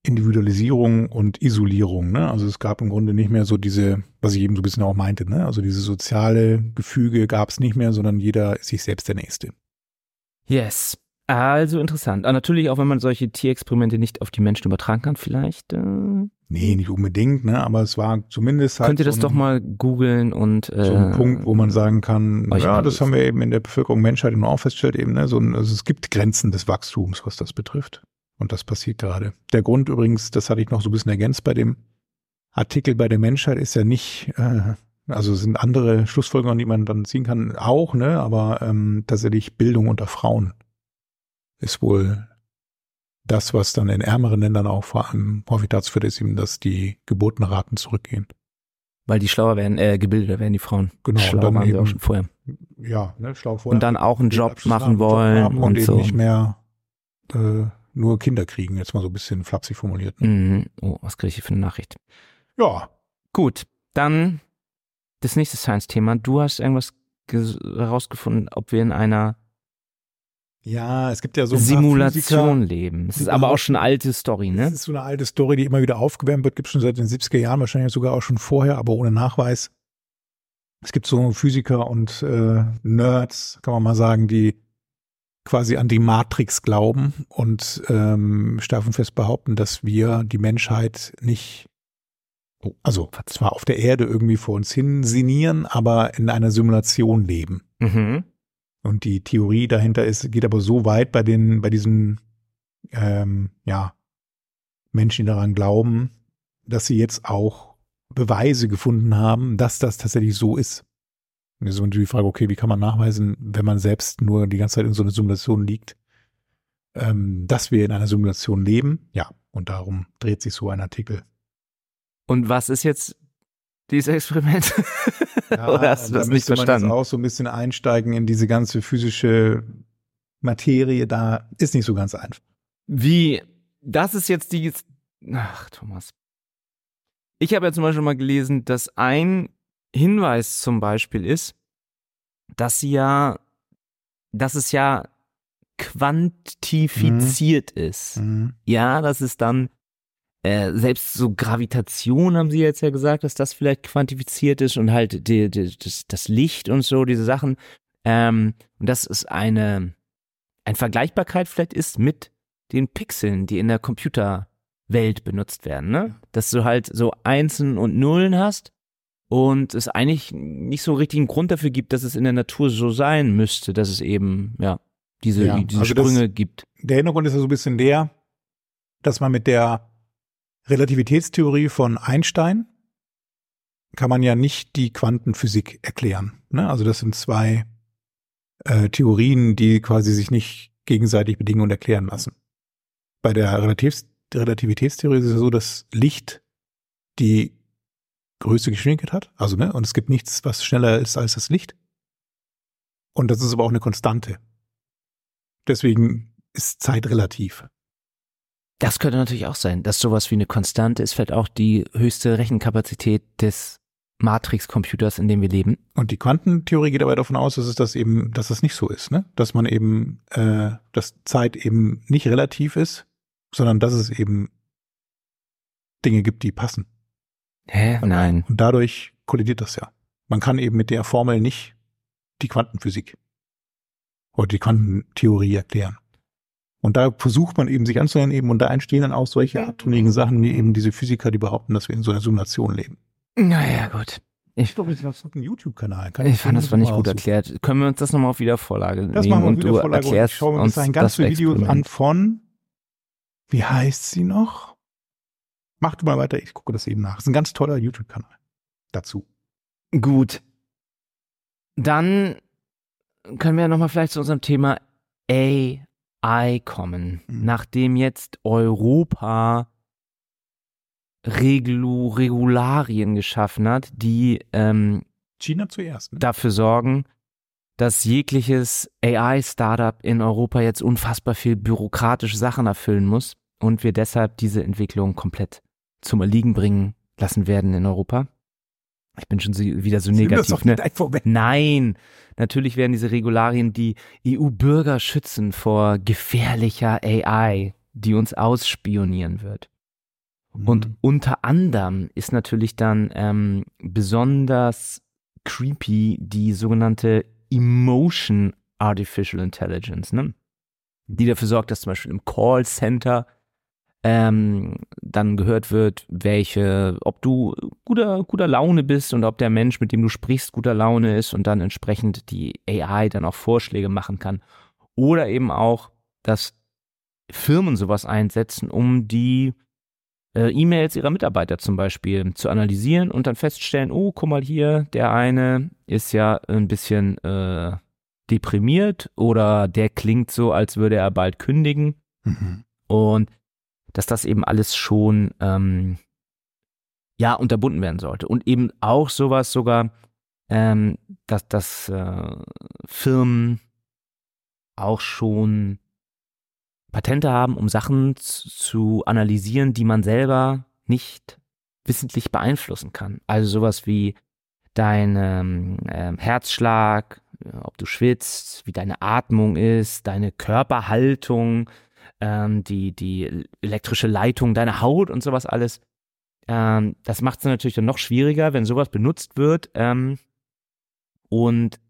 Individualisierung und Isolierung. Ne? Also es gab im Grunde nicht mehr so diese, was ich eben so ein bisschen auch meinte, ne? also diese soziale Gefüge gab es nicht mehr, sondern jeder ist sich selbst der Nächste. Yes. Also interessant. Aber natürlich auch, wenn man solche Tierexperimente nicht auf die Menschen übertragen kann, vielleicht äh, Nee, nicht unbedingt, ne? aber es war zumindest halt könnt ihr das so doch ein, mal googeln und äh, so ein Punkt, wo man sagen kann, euch ja, alles. das haben wir eben in der Bevölkerung Menschheit eben auch festgestellt, eben, ne? so ein, also es gibt Grenzen des Wachstums, was das betrifft. Und das passiert gerade. Der Grund übrigens, das hatte ich noch so ein bisschen ergänzt bei dem Artikel bei der Menschheit, ist ja nicht, äh, also es sind andere Schlussfolgerungen, die man dann ziehen kann, auch, ne? aber ähm, tatsächlich Bildung unter Frauen ist wohl das, was dann in ärmeren Ländern auch vor allem häufig dazu führt, ist eben, dass die Geburtenraten zurückgehen. weil die schlauer werden, äh, gebildeter werden die Frauen. Genau, und Schlau dann waren sie auch eben- schon vorher. Ja, ne, schlau vorher. Und dann auch einen den Job Abschluss machen haben, einen Job wollen haben und, und, eben so. nicht mehr äh, nur Kinder kriegen, jetzt mal so ein bisschen flapsig formuliert. ne? Mhm. Oh, was kriege ich hier für eine Nachricht? Ja, Gut, dann das nächste Science-Thema. Du hast irgendwas ges- herausgefunden, ob wir in einer ja, es gibt ja so ein paar Physiker- Simulation leben. Das ist aber überhaupt- auch schon eine alte Story, Das ne? ist so eine alte Story, die immer wieder aufgewärmt wird, gibt schon seit den 70er Jahren, wahrscheinlich sogar auch schon vorher, aber ohne Nachweis. Es gibt so Physiker und äh, Nerds, kann man mal sagen, die quasi an die Matrix glauben und ähm, steif und fest behaupten, dass wir die Menschheit nicht, also zwar auf der Erde irgendwie vor uns hin sinnieren, aber in einer Simulation leben. Mhm. Und die Theorie dahinter ist, geht aber so weit bei den, bei diesen ähm, ja, Menschen, die daran glauben, dass sie jetzt auch Beweise gefunden haben, dass das tatsächlich so ist. Und jetzt ist natürlich die Frage, okay, wie kann man nachweisen, wenn man selbst nur die ganze Zeit in so einer Simulation liegt, ähm, dass wir in einer Simulation leben? Ja, und darum dreht sich so [LAUGHS] ein Artikel. Und was ist jetzt dieses Experiment? [LAUGHS] Oder hast du da das nicht müsste verstanden? Man jetzt auch so ein bisschen einsteigen in diese ganze physische Materie, da ist nicht so ganz einfach. Wie, das ist jetzt die. Ach, Thomas. Ich habe ja zum Beispiel mal gelesen, dass ein Hinweis zum Beispiel ist, dass sie ja, dass es ja quantifiziert ist. Mhm. Ja, das ist dann, äh, selbst so Gravitation haben sie jetzt ja gesagt, dass das vielleicht quantifiziert ist und halt die, die, das, das Licht und so, diese Sachen. Ähm, und das ist eine, eine Vergleichbarkeit vielleicht ist mit den Pixeln, die in der Computerwelt benutzt werden, ne? Dass du halt so Einsen und Nullen hast und es eigentlich nicht so richtig einen Grund dafür gibt, dass es in der Natur so sein müsste, dass es eben, ja, diese, Ja, diese also das- Sprünge gibt. Der Hintergrund ist ja so ein bisschen der, dass man mit der Relativitätstheorie von Einstein kann man ja nicht die Quantenphysik erklären. Ne? Also das sind zwei äh, Theorien, die quasi sich nicht gegenseitig bedingen und erklären lassen. Bei der Relativs Relativitätstheorie ist es ja so, dass Licht die größte Geschwindigkeit hat, also ne, und es gibt nichts, was schneller ist als das Licht. Und das ist aber auch eine Konstante. Deswegen ist Zeit relativ. Das könnte natürlich auch sein, dass sowas wie eine Konstante ist, vielleicht auch die höchste Rechenkapazität des Matrix-Computers, in dem wir leben. Und die Quantentheorie geht aber davon aus, dass es das eben, dass das nicht so ist, ne? Dass man eben, äh, dass Zeit eben nicht relativ ist, sondern dass es eben Dinge gibt, die passen. Hä? Nein. Und dadurch kollidiert das ja. Man kann eben mit der Formel nicht die Quantenphysik oder die Quantentheorie erklären. Und da versucht man eben sich anzunähern eben und da entstehen dann auch solche abtrünnigen Sachen, wie eben diese Physiker, die behaupten, dass wir in so einer Simulation leben. Naja, gut. Ich, glaube, das ist ein YouTube-Kanal. Kann ich fand das mal zwar nicht gut aussuchen. erklärt. Können wir uns das nochmal auf Wiedervorlage Das nehmen machen wir und wieder du Vorlage und ich erklärst schaue mir uns bis dahin ganz das viele Videos an Experiment. von, wie heißt sie noch? Mach du mal weiter, ich gucke das eben nach. Das ist ein ganz toller YouTube-Kanal dazu. Gut. Dann können wir nochmal vielleicht zu unserem Thema AI kommen. Mhm. Nachdem jetzt Europa Reglu Regularien geschaffen hat, die ähm, China zuerst. Ne? dafür sorgen, dass jegliches AI-Startup in Europa jetzt unfassbar viel bürokratische Sachen erfüllen muss und wir deshalb diese Entwicklung komplett zum Erliegen bringen lassen werden in Europa. Ich bin schon so, wieder so Nimm negativ. das doch ne? nicht einfach weg. Nein, natürlich werden diese Regularien die EU-Bürger schützen vor gefährlicher AI, die uns ausspionieren wird. Und Mhm. unter anderem ist natürlich dann ähm, besonders creepy die sogenannte Emotion Artificial Intelligence, ne? die dafür sorgt, dass zum Beispiel im Callcenter ähm, dann gehört wird, welche, ob du guter, guter Laune bist und ob der Mensch, mit dem du sprichst, guter Laune ist und dann entsprechend die AI dann auch Vorschläge machen kann. Oder eben auch, dass Firmen sowas einsetzen, um die äh, E-Mails ihrer Mitarbeiter zum Beispiel zu analysieren und dann feststellen, oh, guck mal hier, der eine ist ja ein bisschen äh, deprimiert oder der klingt so, als würde er bald kündigen Mhm. und dass das eben alles schon ähm, ja unterbunden werden sollte und eben auch sowas sogar, ähm, dass, dass äh, Firmen auch schon Patente haben, um Sachen z- zu analysieren, die man selber nicht wissentlich beeinflussen kann. Also sowas wie dein ähm, ähm, Herzschlag, äh, ob du schwitzt, wie deine Atmung ist, deine Körperhaltung, ähm, die, die elektrische Leitung, deine Haut und sowas alles. Ähm, das macht es natürlich dann noch schwieriger, wenn sowas benutzt wird. Ähm, und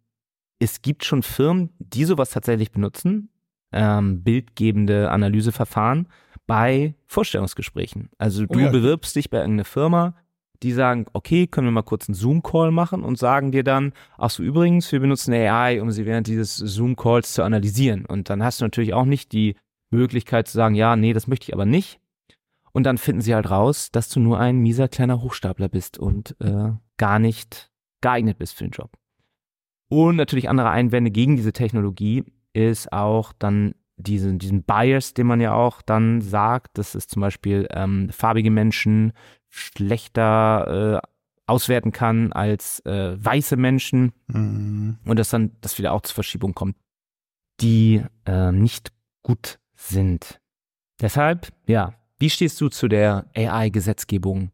es gibt schon Firmen, die sowas tatsächlich benutzen, ähm, bildgebende Analyseverfahren bei Vorstellungsgesprächen. Also Oh du ja. bewirbst dich bei irgendeiner Firma, die sagen, okay, können wir mal kurz einen Zoom-Call machen und sagen dir dann, ach so übrigens, wir benutzen AI, um sie während dieses Zoom-Calls zu analysieren. Und dann hast du natürlich auch nicht die Möglichkeit zu sagen, ja, nee, das möchte ich aber nicht. Und dann finden sie halt raus, dass du nur ein mieser kleiner Hochstapler bist und äh, gar nicht geeignet bist für den Job. Und natürlich andere Einwände gegen diese Technologie ist auch dann diesen, diesen Bias, den man ja auch dann sagt, dass es zum Beispiel ähm, farbige Menschen schlechter äh, auswerten kann als äh, weiße Menschen Mhm. und dass dann das wieder auch zu Verschiebungen kommt, die äh, nicht gut sind. Deshalb, ja, wie stehst du zu der AI-Gesetzgebung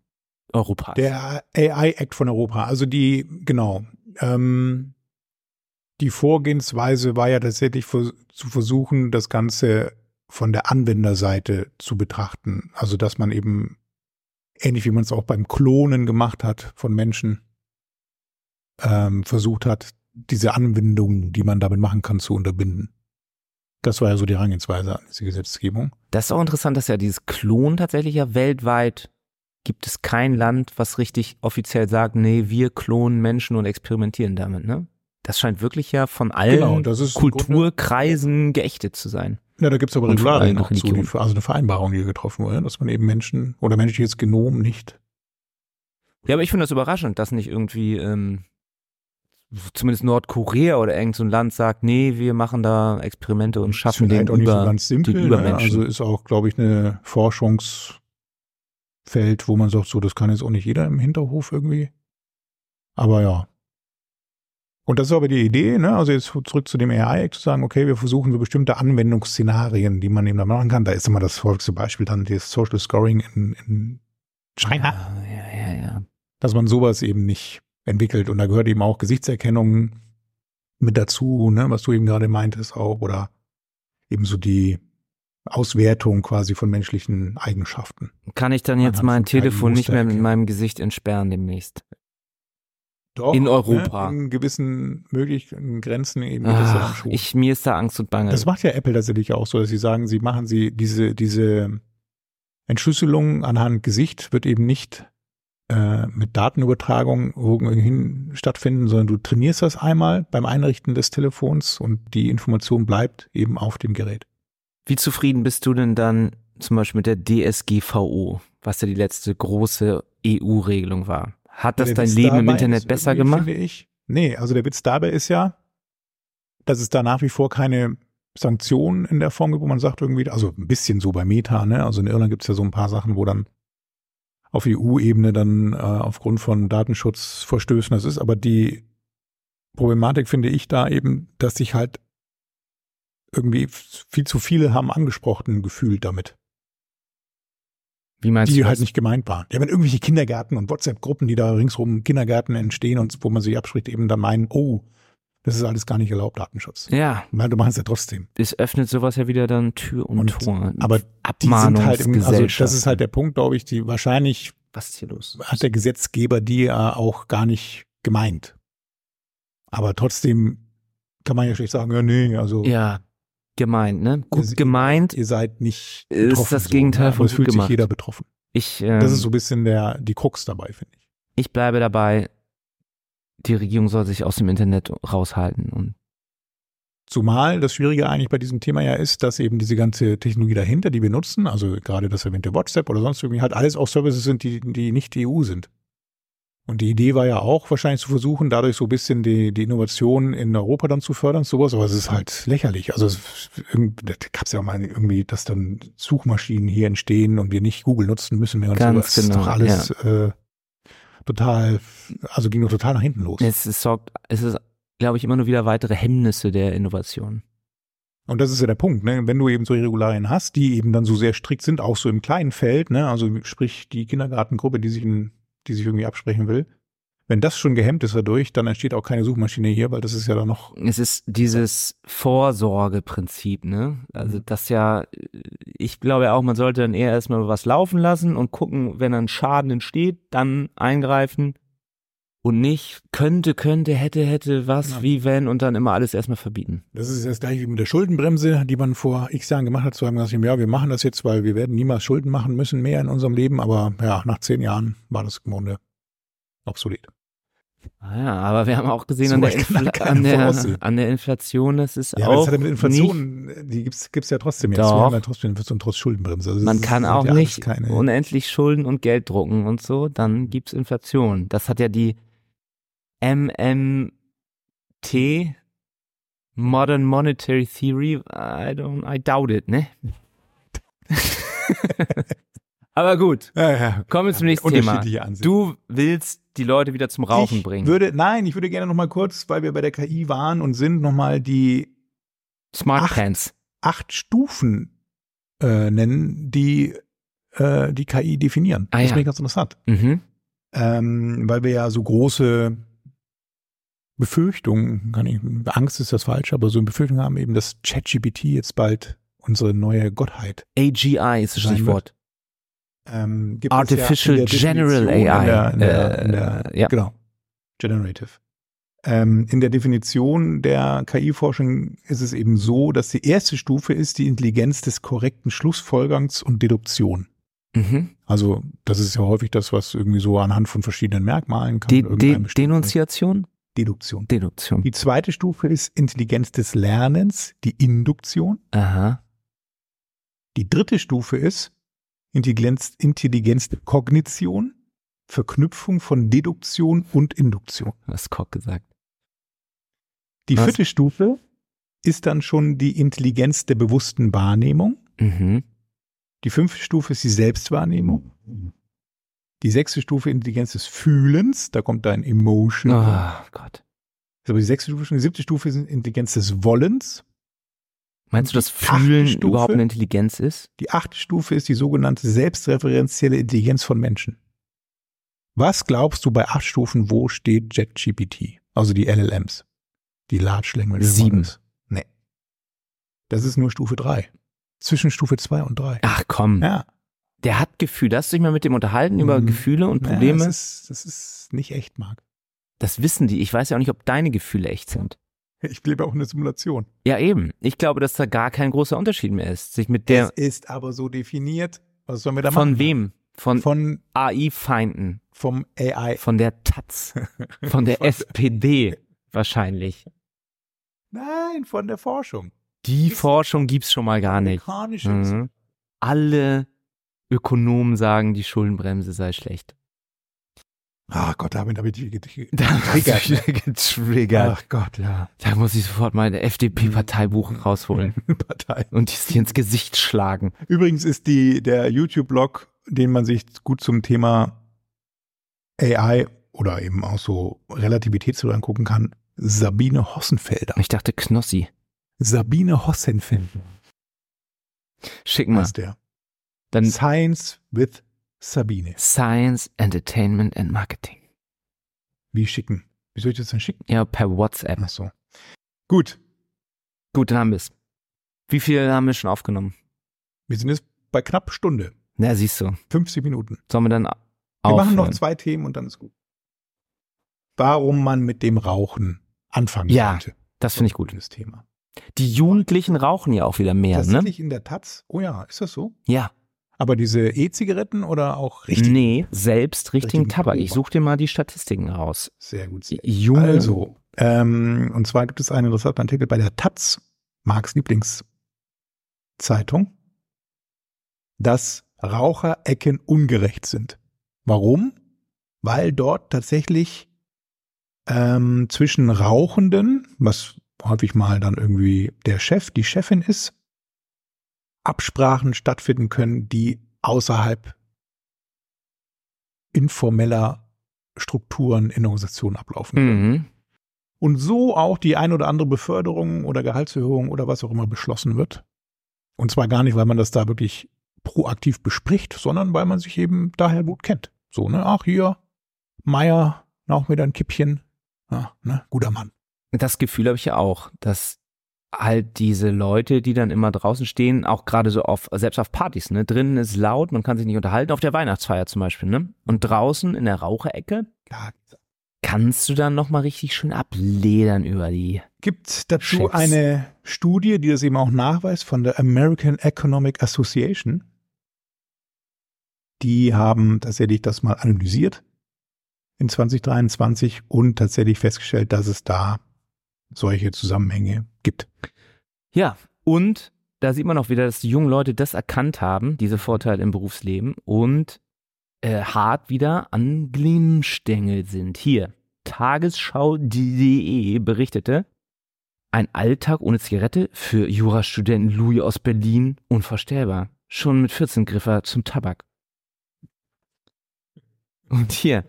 Europas? Der AI Act von Europa, also die, genau, ähm, die Vorgehensweise war ja tatsächlich vers- zu versuchen, das Ganze von der Anwenderseite zu betrachten. Also, dass man eben, ähnlich wie man es auch beim Klonen gemacht hat von Menschen, ähm, versucht hat, diese Anwendungen, die man damit machen kann, zu unterbinden. Das war ja so die Herangehensweise an diese Gesetzgebung. das ist auch interessant, dass ja dieses Klon tatsächlich ja weltweit gibt es kein Land, was richtig offiziell sagt, nee, wir klonen Menschen und experimentieren damit, ne? Das scheint wirklich ja von allen Genau, das ist im Grunde- Kulturkreisen geächtet zu sein. Ja, da gibt's aber Und vor Regularien allem noch zu, die, Religion. also eine Vereinbarung, die getroffen wurde, ne? dass man eben Menschen oder menschliches Genom nicht. Ja, aber ich finde das überraschend, dass nicht irgendwie ähm, zumindest Nordkorea oder irgend so ein Land sagt, nee, wir machen da Experimente und schaffen ist den vielleicht auch nicht so über. ganz simpel. den ne? Übermenschen. Also ist auch, glaube ich, eine Forschungsfeld, wo man sagt, so, das kann jetzt auch nicht jeder im Hinterhof irgendwie. Aber ja. Und das ist aber die Idee, ne? also jetzt zurück zu dem AI-Act zu sagen, okay, wir versuchen so bestimmte Anwendungsszenarien, die man eben da machen kann. Da ist immer das häufigste Beispiel dann das Social Scoring in, in China. Ah, ja, ja, ja. dass man sowas eben nicht entwickelt. Und da gehört eben auch Gesichtserkennung mit dazu, ne, was du eben gerade meintest auch, oder eben so die Auswertung quasi von menschlichen Eigenschaften. Kann ich dann jetzt Anhand mein von kleinen Telefon nicht mehr mit Mustererkennung. meinem Gesicht entsperren demnächst? Doch, In Europa. Ne, in gewissen möglichen Grenzen eben geht das dann Ach, schon. Ah, ich, mir ist da Angst und Bange. das macht ja Apple tatsächlich auch so, dass sie sagen, sie machen sie diese, diese Entschlüsselung anhand Gesicht wird eben nicht äh, mit Datenübertragung irgendwohin stattfinden, sondern du trainierst das einmal beim Einrichten des Telefons und die Information bleibt eben auf dem Gerät. Wie zufrieden bist du denn dann zum Beispiel mit der DSGVO, was ja die letzte große EU-Regelung war? Hat das Der dein Witz Leben im dabei Internet ist besser irgendwie, gemacht? Finde ich. Nee, also der Witz dabei ist ja, dass es da nach wie vor keine Sanktionen in der Form gibt, wo man sagt irgendwie, also ein bisschen so bei Meta, ne? Also in Irland gibt es ja so ein paar Sachen, wo dann auf EU-Ebene dann äh, aufgrund von Datenschutzverstößen das ist, aber die Problematik finde ich da eben, dass sich halt irgendwie f- viel zu viele haben angesprochen gefühlt damit Wie meinst die du halt das? nicht gemeint waren. Ja, wenn irgendwelche Kindergärten und WhatsApp-Gruppen, die da ringsrum Kindergärten entstehen und wo man sich abspricht, eben dann meinen, oh, das ist alles gar nicht erlaubt, Datenschutz. Ja, Weil du machst ja trotzdem. es öffnet sowas ja wieder dann Tür und, Und- Tor. Aber die sind halt im, also das ist halt der Punkt, glaube ich, die wahrscheinlich was ist hier los? hat der Gesetzgeber die ja auch gar nicht gemeint. Aber trotzdem kann man ja schlecht sagen, ja, nee, also Ja, gemeint, ne? Ist- Gut gemeint. ihr seid nicht Ist betroffen, das Gegenteil ne? Aber von es gut fühlt gemacht. sich jeder betroffen. Ich, ähm, Das ist so ein bisschen der, die Krux dabei, finde ich. ich bleibe dabei, die Regierung soll sich aus dem Internet raushalten. Und Zumal das Schwierige eigentlich bei diesem Thema ja ist, dass eben diese ganze Technologie dahinter, die wir nutzen, also gerade das erwähnte WhatsApp oder sonst irgendwie, halt alles auch Services sind, die, die nicht EU sind. Und die Idee war ja auch wahrscheinlich zu versuchen, dadurch so ein bisschen die, die Innovation in Europa dann zu fördern, sowas, aber es ist halt lächerlich. Also es, irgend- da gab es ja mal irgendwie, dass dann Suchmaschinen hier entstehen und wir nicht Google nutzen müssen mehr und Ganz sowas. genau, ist doch alles äh, total, also ging doch total nach hinten los. es, es sorgt, es ist, glaube ich, immer nur wieder weitere Hemmnisse der Innovation. Und das ist ja der Punkt, ne? wenn du eben solche Regularien hast, die eben dann so sehr strikt sind, auch so im kleinen Feld, ne? also sprich die Kindergartengruppe, die sich, in, die sich irgendwie absprechen will, wenn das schon gehemmt ist dadurch, dann entsteht auch keine Suchmaschine hier, weil das ist ja dann noch, Es ist dieses Vorsorgeprinzip, ne? Also Mhm. das ja, ich glaube ja auch, man sollte dann eher erstmal was laufen lassen und gucken, wenn dann Schaden entsteht, dann eingreifen und nicht könnte, könnte, hätte, hätte, was, Genau. wie, wenn und dann immer alles erstmal verbieten. das ist ja das gleiche wie mit der Schuldenbremse, die man vor x Jahren gemacht hat, zu haben gesagt, ja, wir machen das jetzt, weil wir werden niemals Schulden machen müssen mehr in unserem Leben, aber ja, nach zehn Jahren war das im Grunde obsolet. Ah Ja, aber wir haben auch gesehen [LAUGHS] So an der, weit kann Infl man keiner an, der, voraussehen. an der Inflation, das ist Ja, aber das auch hat ja mit nicht, Inflation, die gibt's gibt's ja trotzdem jetzt. Doch. Wir haben ja trotzdem Inflation trotz Schuldenbremse. Also das man ist- kann sind auch ja alles nicht keine- unendlich Schulden und Geld drucken und so, dann gibt's Inflation. Das hat ja die MMT Modern Monetary Theory, I don't, I doubt it, ne? [LAUGHS] aber gut, Ja, ja. kommen wir zum nächsten Thema. Unterschiedliche Ansichten. Du willst die Leute wieder zum Rauchen ich bringen. Würde, nein, ich würde gerne nochmal kurz, weil wir bei der KI waren und sind, nochmal die Smart Ach. Pants. acht Stufen äh, nennen, die äh, die KI definieren. Ah, das ja. finde ich ganz interessant. Mhm. Ähm, weil wir ja so große Befürchtungen, kann ich, Angst ist das falsch, aber so eine Befürchtung haben eben, dass ChatGPT jetzt bald unsere neue Gottheit AGI ist das Sein Stichwort. ähm, gibt. es ja in Artificial der General Definition, AI. In der, in der, in der, Äh, ja. Genau. Generative. Ähm, in der Definition der KI-Forschung ist es eben so, dass die erste Stufe ist die Intelligenz des korrekten Schlussfolgerns und Deduktion. Mhm. Also das ist ja häufig das, was irgendwie so anhand von verschiedenen Merkmalen kann. De irgendeinem De bestimmten- Denunziation? Deduktion. Deduktion. Die zweite Stufe ist Intelligenz des Lernens, die Induktion. Aha. Die dritte Stufe ist Intelligenz, Intelligenz der Kognition, Verknüpfung von Deduktion und Induktion. Du hast Koch gesagt. Die Was? vierte Stufe ist dann schon die Intelligenz der bewussten Wahrnehmung. Mhm. Die fünfte Stufe ist die Selbstwahrnehmung. Ah. Die sechste Stufe Intelligenz des Fühlens, da kommt dein Emotion. Oh Gott. ist aber die sechste Stufe schon. Die siebte Stufe ist Intelligenz des Wollens. Meinst du, dass Die achte Fühlen Stufe? überhaupt eine Intelligenz ist? Die achte Stufe ist die sogenannte selbstreferenzielle Intelligenz von Menschen. Was glaubst du bei acht Stufen, wo steht JetGPT? Also die LLMs. Die Large Language Sieben. Models. Nee. Das ist nur Stufe drei. Zwischen Stufe zwei und drei. Ach komm, Ja. der hat Gefühle. Hast du dich mal mit dem unterhalten über Mhm. Gefühle und Ja, Probleme? das, das, ist, das ist nicht echt, Marc. wissen die. Ich weiß ja auch nicht, ob deine Gefühle echt sind. Ich lebe auch in der Simulation. Ja, eben. Ich glaube, dass da gar kein großer Unterschied mehr ist. Sich mit der, es ist aber so definiert. Was sollen wir da machen? von wem? Von, Von AI-Feinden. vom AI. Von der [LAUGHS] Taz. Von der SPD wahrscheinlich. Nein, von der Forschung. Die Ist- Forschung gibt's schon mal gar nicht. Amerikanische Mhm. Alle Ökonomen sagen, die Schuldenbremse sei schlecht. [LAUGHS] Ach Ah, Gott, damit habe ich dich getriggert. Da Triggert, ne? hast du wieder [LAUGHS] getriggert. Ach Gott, ja. Mhm. Da muss ich sofort meine FDP-Parteibuch rausholen Partei. und es dir ins Gesicht schlagen. Übrigens ist die, der YouTube-Blog, den man sich gut zum Thema AI oder eben auch so Relativitätstheorie angucken kann, Sabine Hossenfelder. Ich dachte, Knossi. Sabine Hossenfelder Schick mal. heißt der. Dann Science with Sabine. Science, Entertainment and Marketing. Wie schicken? Wie soll ich das denn schicken? Ja, per WhatsApp. Ach so. Gut, Gut, dann haben wir's. Wie viel haben wir schon aufgenommen? wir sind jetzt bei knapp Stunde. Na, siehst du. 50 Minuten. Sollen wir dann au- Wir aufhören? machen noch zwei Themen und dann ist gut. Warum man mit dem Rauchen anfangen Ja, sollte. Das finde ich gut. Gutes Thema. Die Jugendlichen rauchen ja auch wieder mehr, ne? Tatsächlich in der Taz. Oh ja, ist das so? Ja. Aber diese E-Zigaretten oder auch richtig? Nee, selbst richtigen, Richtigen Tabak. Ich Tabak. such dir mal die Statistiken raus. Sehr gut. Sehr. Junge. Also, ähm, und zwar gibt es einen interessanten Artikel bei der Taz, Marx Lieblingszeitung, dass Raucherecken ungerecht sind. Warum? Weil dort tatsächlich ähm, zwischen Rauchenden, was häufig mal dann irgendwie der Chef, die Chefin ist, Absprachen stattfinden können, die außerhalb informeller Strukturen in Organisationen ablaufen können Mhm. und so auch die ein oder andere Beförderung oder Gehaltserhöhung oder was auch immer beschlossen wird. Und zwar gar nicht, weil man das da wirklich proaktiv bespricht, sondern weil man sich eben daher gut kennt. So, ne? Ach, hier, Meier, noch wieder ein Kippchen. Ja, ne? Guter Mann. Das Gefühl habe ich ja auch, dass halt diese Leute, die dann immer draußen stehen, auch gerade so auf, selbst auf Partys, ne? Drinnen ist laut, man kann sich nicht unterhalten, auf der Weihnachtsfeier zum Beispiel, ne? Und draußen in der Raucherecke Da kannst du dann nochmal richtig schön abledern über die. gibt dazu Chefs. eine Studie, die das eben auch nachweist, von der American Economic Association. Die haben tatsächlich das mal analysiert in 2023 und tatsächlich festgestellt, dass es da solche Zusammenhänge gibt. Ja, und da sieht man auch wieder, dass die jungen Leute das erkannt haben, diese Vorteile im Berufsleben und äh, hart wieder an Glimmstängel sind. Hier, tagesschau.de berichtete, ein Alltag ohne Zigarette für Jurastudenten Louis aus Berlin unvorstellbar. Schon mit 14 griff er zum Tabak. Und hier,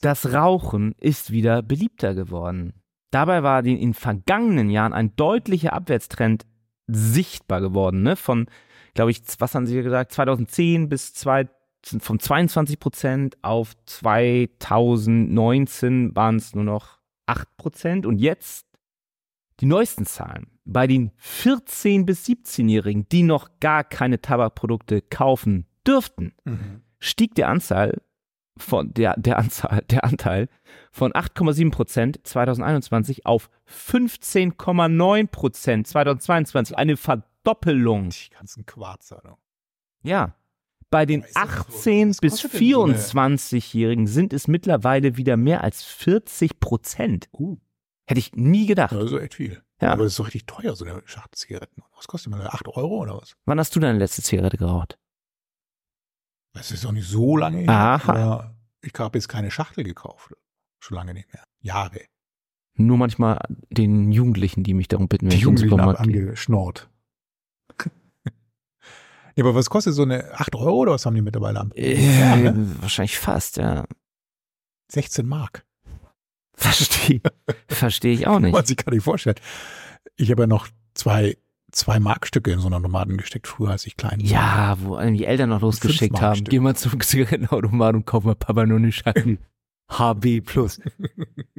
das Rauchen ist wieder beliebter geworden. Dabei war den in vergangenen Jahren ein deutlicher Abwärtstrend sichtbar geworden, ne? Von, glaube ich, was haben Sie gesagt, 2010 bis zwei, von 22 Prozent auf 2019 waren es nur noch 8 Prozent und jetzt die neuesten Zahlen. Bei den 14- bis 17-Jährigen, die noch gar keine Tabakprodukte kaufen dürften, Mhm. stieg der Anzahl von der, der Anzahl, der Anteil von 8,7 Prozent 2021 auf 15,9 Prozent 2022. Eine Verdoppelung. Die ganzen Quarzer. ne? Ja. Bei den Aber ist das so? 18 Was bis kostet denn so eine- 24-Jährigen sind es mittlerweile wieder mehr als 40 Prozent. Uh, Hätte ich nie gedacht. das ist echt viel. Ja. Aber das ist so richtig teuer, so eine Schachtel Zigaretten. Was kostet man? 8 Euro oder was? Wann hast du deine letzte Zigarette geraucht? Das ist doch nicht so lange her. Aha. Oder ich habe jetzt keine Schachtel gekauft. Schon lange nicht mehr. Jahre. Nur manchmal den Jugendlichen, die mich darum bitten, wenn um Die ich in den Jugendlichen haben Supermarkt gehe. angeschnort. [LAUGHS] ja, aber was kostet so eine 8 Euro oder was haben die mittlerweile an? Äh, Ja, ne? Wahrscheinlich fast, ja. 16 Mark. Verstehe versteh ich auch nicht. man sich gar nicht vorstellt. Ich habe ja noch zwei, zwei Markstücke in so einer Nomaden gesteckt, früher als ich klein war. Ja, wo einem die Eltern noch losgeschickt haben. Markstück. Geh mal zum Zigarettenautomaten und kauf mal Papa nur eine Scheibe. HB plus.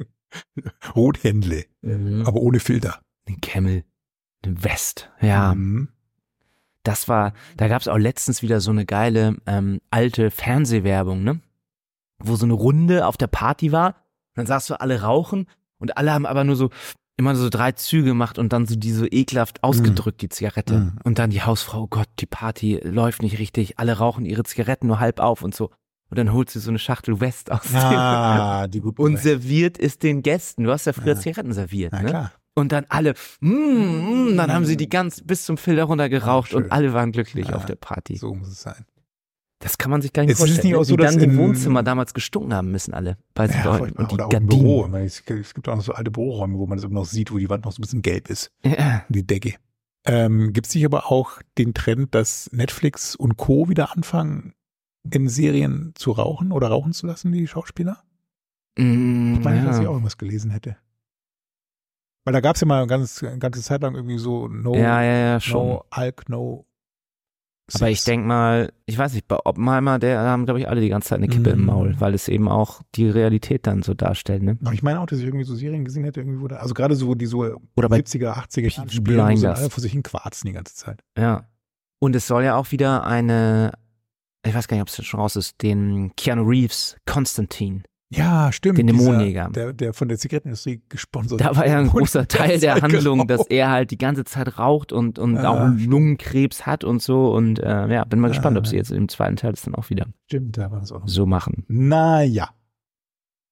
[LAUGHS] Rothändle, Mhm. aber ohne Filter. Ein Camel. Ein West. Ja. Mhm. Das war, da gab's auch letztens wieder so eine geile ähm, alte Fernsehwerbung, ne? Wo so eine Runde auf der Party war. Und dann sagst du, alle rauchen und alle haben aber nur so immer so drei Züge gemacht und dann so diese ekelhaft ausgedrückt, die Zigarette. Mhm. Und dann die Hausfrau, oh Gott, die Party läuft nicht richtig, alle rauchen ihre Zigaretten nur halb auf und so. Und dann holt sie so eine Schachtel West aus [LAUGHS] Ah, die dem [LAUGHS] und gute serviert es den Gästen. Du hast ja früher Ja. Zigaretten serviert, Na ne? klar. Und dann alle, mm, mm, dann haben sie die ganz bis zum Filter runter geraucht Schön. und alle waren glücklich Ja, auf der Party. So muss es sein. Das kann man sich gar nicht Es ist vorstellen. nicht auch so, Wie dass dann die in- Wohnzimmer damals gestunken haben müssen alle bei den Ja, Leuten voll, und die oder auch im Gardinen. Büro. Ich meine, Es es gibt auch noch so alte Büroräume, wo man das immer noch sieht, wo die Wand noch so ein bisschen gelb ist. Ja. die Decke. Ähm, Gibt es nicht aber auch den Trend, dass Netflix und Co. wieder anfangen, in Serien zu rauchen oder rauchen zu lassen, die Schauspieler? Mm, Ich meine, dass ich ja. auch irgendwas gelesen hätte. Weil da gab es ja mal eine ganz, eine ganze Zeit lang irgendwie so No, ja, ja, ja, schon. no Alk, No. Aber ich Sex. denk mal, ich weiß nicht, bei Oppenheimer, der haben, glaube ich, alle die ganze Zeit eine Kippe Mhm. im Maul, weil es eben auch die Realität dann so darstellt, ne? Aber ich meine auch, dass ich irgendwie so Serien gesehen hätte, irgendwie wurde, also gerade so die so Oder bei 70er, 80er Peaky Spiele, wo sie Blinders. alle vor sich hin quarzen die ganze Zeit. Ja. Und es soll ja auch wieder eine, ich weiß gar nicht, ob es jetzt schon raus ist, den Keanu Reeves, Konstantin. Ja, stimmt. Den dieser- Dämonenjäger. Der, der von der Zigarettenindustrie gesponsert [LAUGHS] Da war ja ein wurde genau. großer die ganze Teil der [LAUGHS] Zeit Handlung, geraucht. dass er halt die ganze Zeit raucht und, und Ah, auch stimmt. Lungenkrebs hat und so. Und äh, ja, bin mal gespannt, Ah. ob sie jetzt im zweiten Teil das dann auch wieder Stimmt, da war das auch noch. so machen. Naja.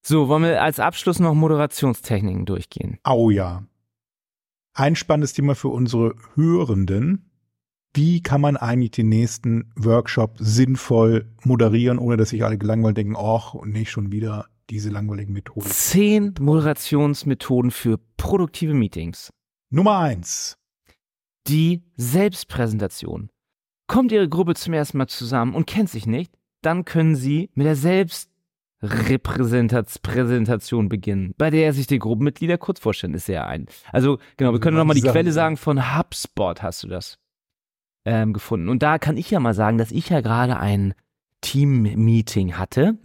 So, wollen wir als Abschluss noch Moderationstechniken durchgehen? Au ja. Ein spannendes Thema für unsere Hörenden. Wie kann man eigentlich den nächsten Workshop sinnvoll moderieren, ohne dass sich alle gelangweilt denken, och, und nicht schon wieder diese langweiligen Methoden. Zehn Moderationsmethoden für produktive Meetings. Nummer eins. Die Selbstpräsentation. Kommt Ihre Gruppe zum ersten Mal zusammen und kennt sich nicht, dann können Sie mit der Selbstrepräsentation beginnen, bei der sich die Gruppenmitglieder kurz vorstellen, ist sehr ein. Also, genau, wir können Also, nochmal die Sachen, Quelle ja. sagen, von HubSpot hast du das ähm, gefunden. Und da kann ich ja mal sagen, dass ich ja gerade ein Team-Meeting hatte.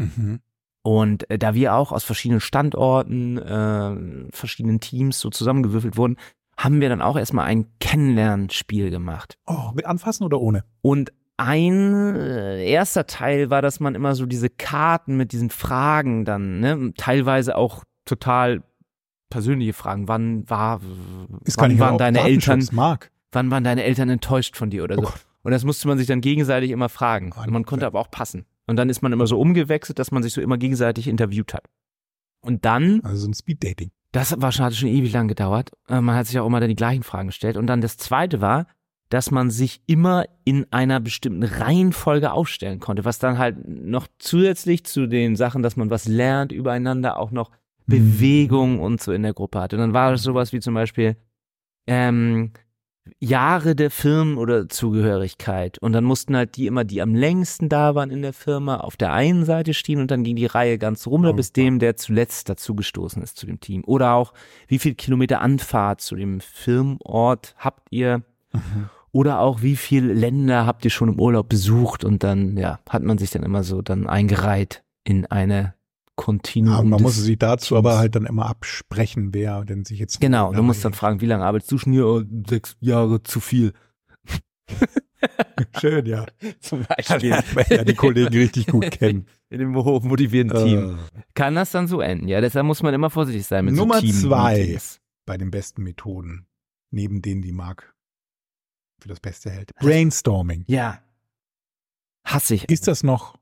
Und äh, da wir auch aus verschiedenen Standorten, äh, verschiedenen Teams so zusammengewürfelt wurden, haben wir dann auch erstmal ein Kennenlernspiel gemacht. Oh, mit anfassen oder ohne? Und ein äh, erster Teil war, dass man immer so diese Karten mit diesen Fragen dann, ne, teilweise auch total persönliche Fragen. Wann war, gar wann nicht waren erlaubt. deine Eltern, Also- Datenschutz, Mark. wann waren deine Eltern enttäuscht von dir oder Oh so? Gott. Und das musste man sich dann gegenseitig immer fragen. Ah, Und man konnte ja. aber auch passen. Und dann ist man immer so umgewechselt, dass man sich so immer gegenseitig interviewt hat. Und dann, Also so ein Speed-Dating. das war schon, hat schon ewig lang gedauert, äh, man hat sich auch immer dann die gleichen Fragen gestellt. Und dann das zweite war, dass man sich immer in einer bestimmten Reihenfolge aufstellen konnte, was dann halt noch zusätzlich zu den Sachen, dass man was lernt übereinander, auch noch Bewegung und so in der Gruppe hatte. Und dann war es sowas wie zum Beispiel ähm, Jahre der Firmen oder Zugehörigkeit. Und dann mussten halt die immer, die am längsten da waren in der Firma, auf der einen Seite stehen und dann ging die Reihe ganz runter Oh, bis dem, der zuletzt dazugestoßen ist zu dem Team. Oder auch, wie viel Kilometer Anfahrt zu dem Firmenort habt ihr? Mhm. Oder auch, wie viele Länder habt ihr schon im Urlaub besucht? Und dann, ja, hat man sich dann immer so dann eingereiht in eine Kontinuum. Aber man des muss sich dazu Teams. aber halt dann immer absprechen, wer denn sich jetzt. Genau, du musst dann dann fragen, wie lange arbeitest du schon hier? Oh, sechs Jahre zu [LAUGHS] viel. [LAUGHS] Schön, ja. Zum [LAUGHS] ja, die Kollegen richtig gut [LAUGHS] kennen. In dem hochmotivierten Team. Äh, Kann das dann so enden, ja? Deshalb muss man immer vorsichtig sein mit Nummer so Team zwei. bei den besten Methoden, neben denen die Mark für das Beste hält. Brainstorming. Ja. Hasse ich. Ist das noch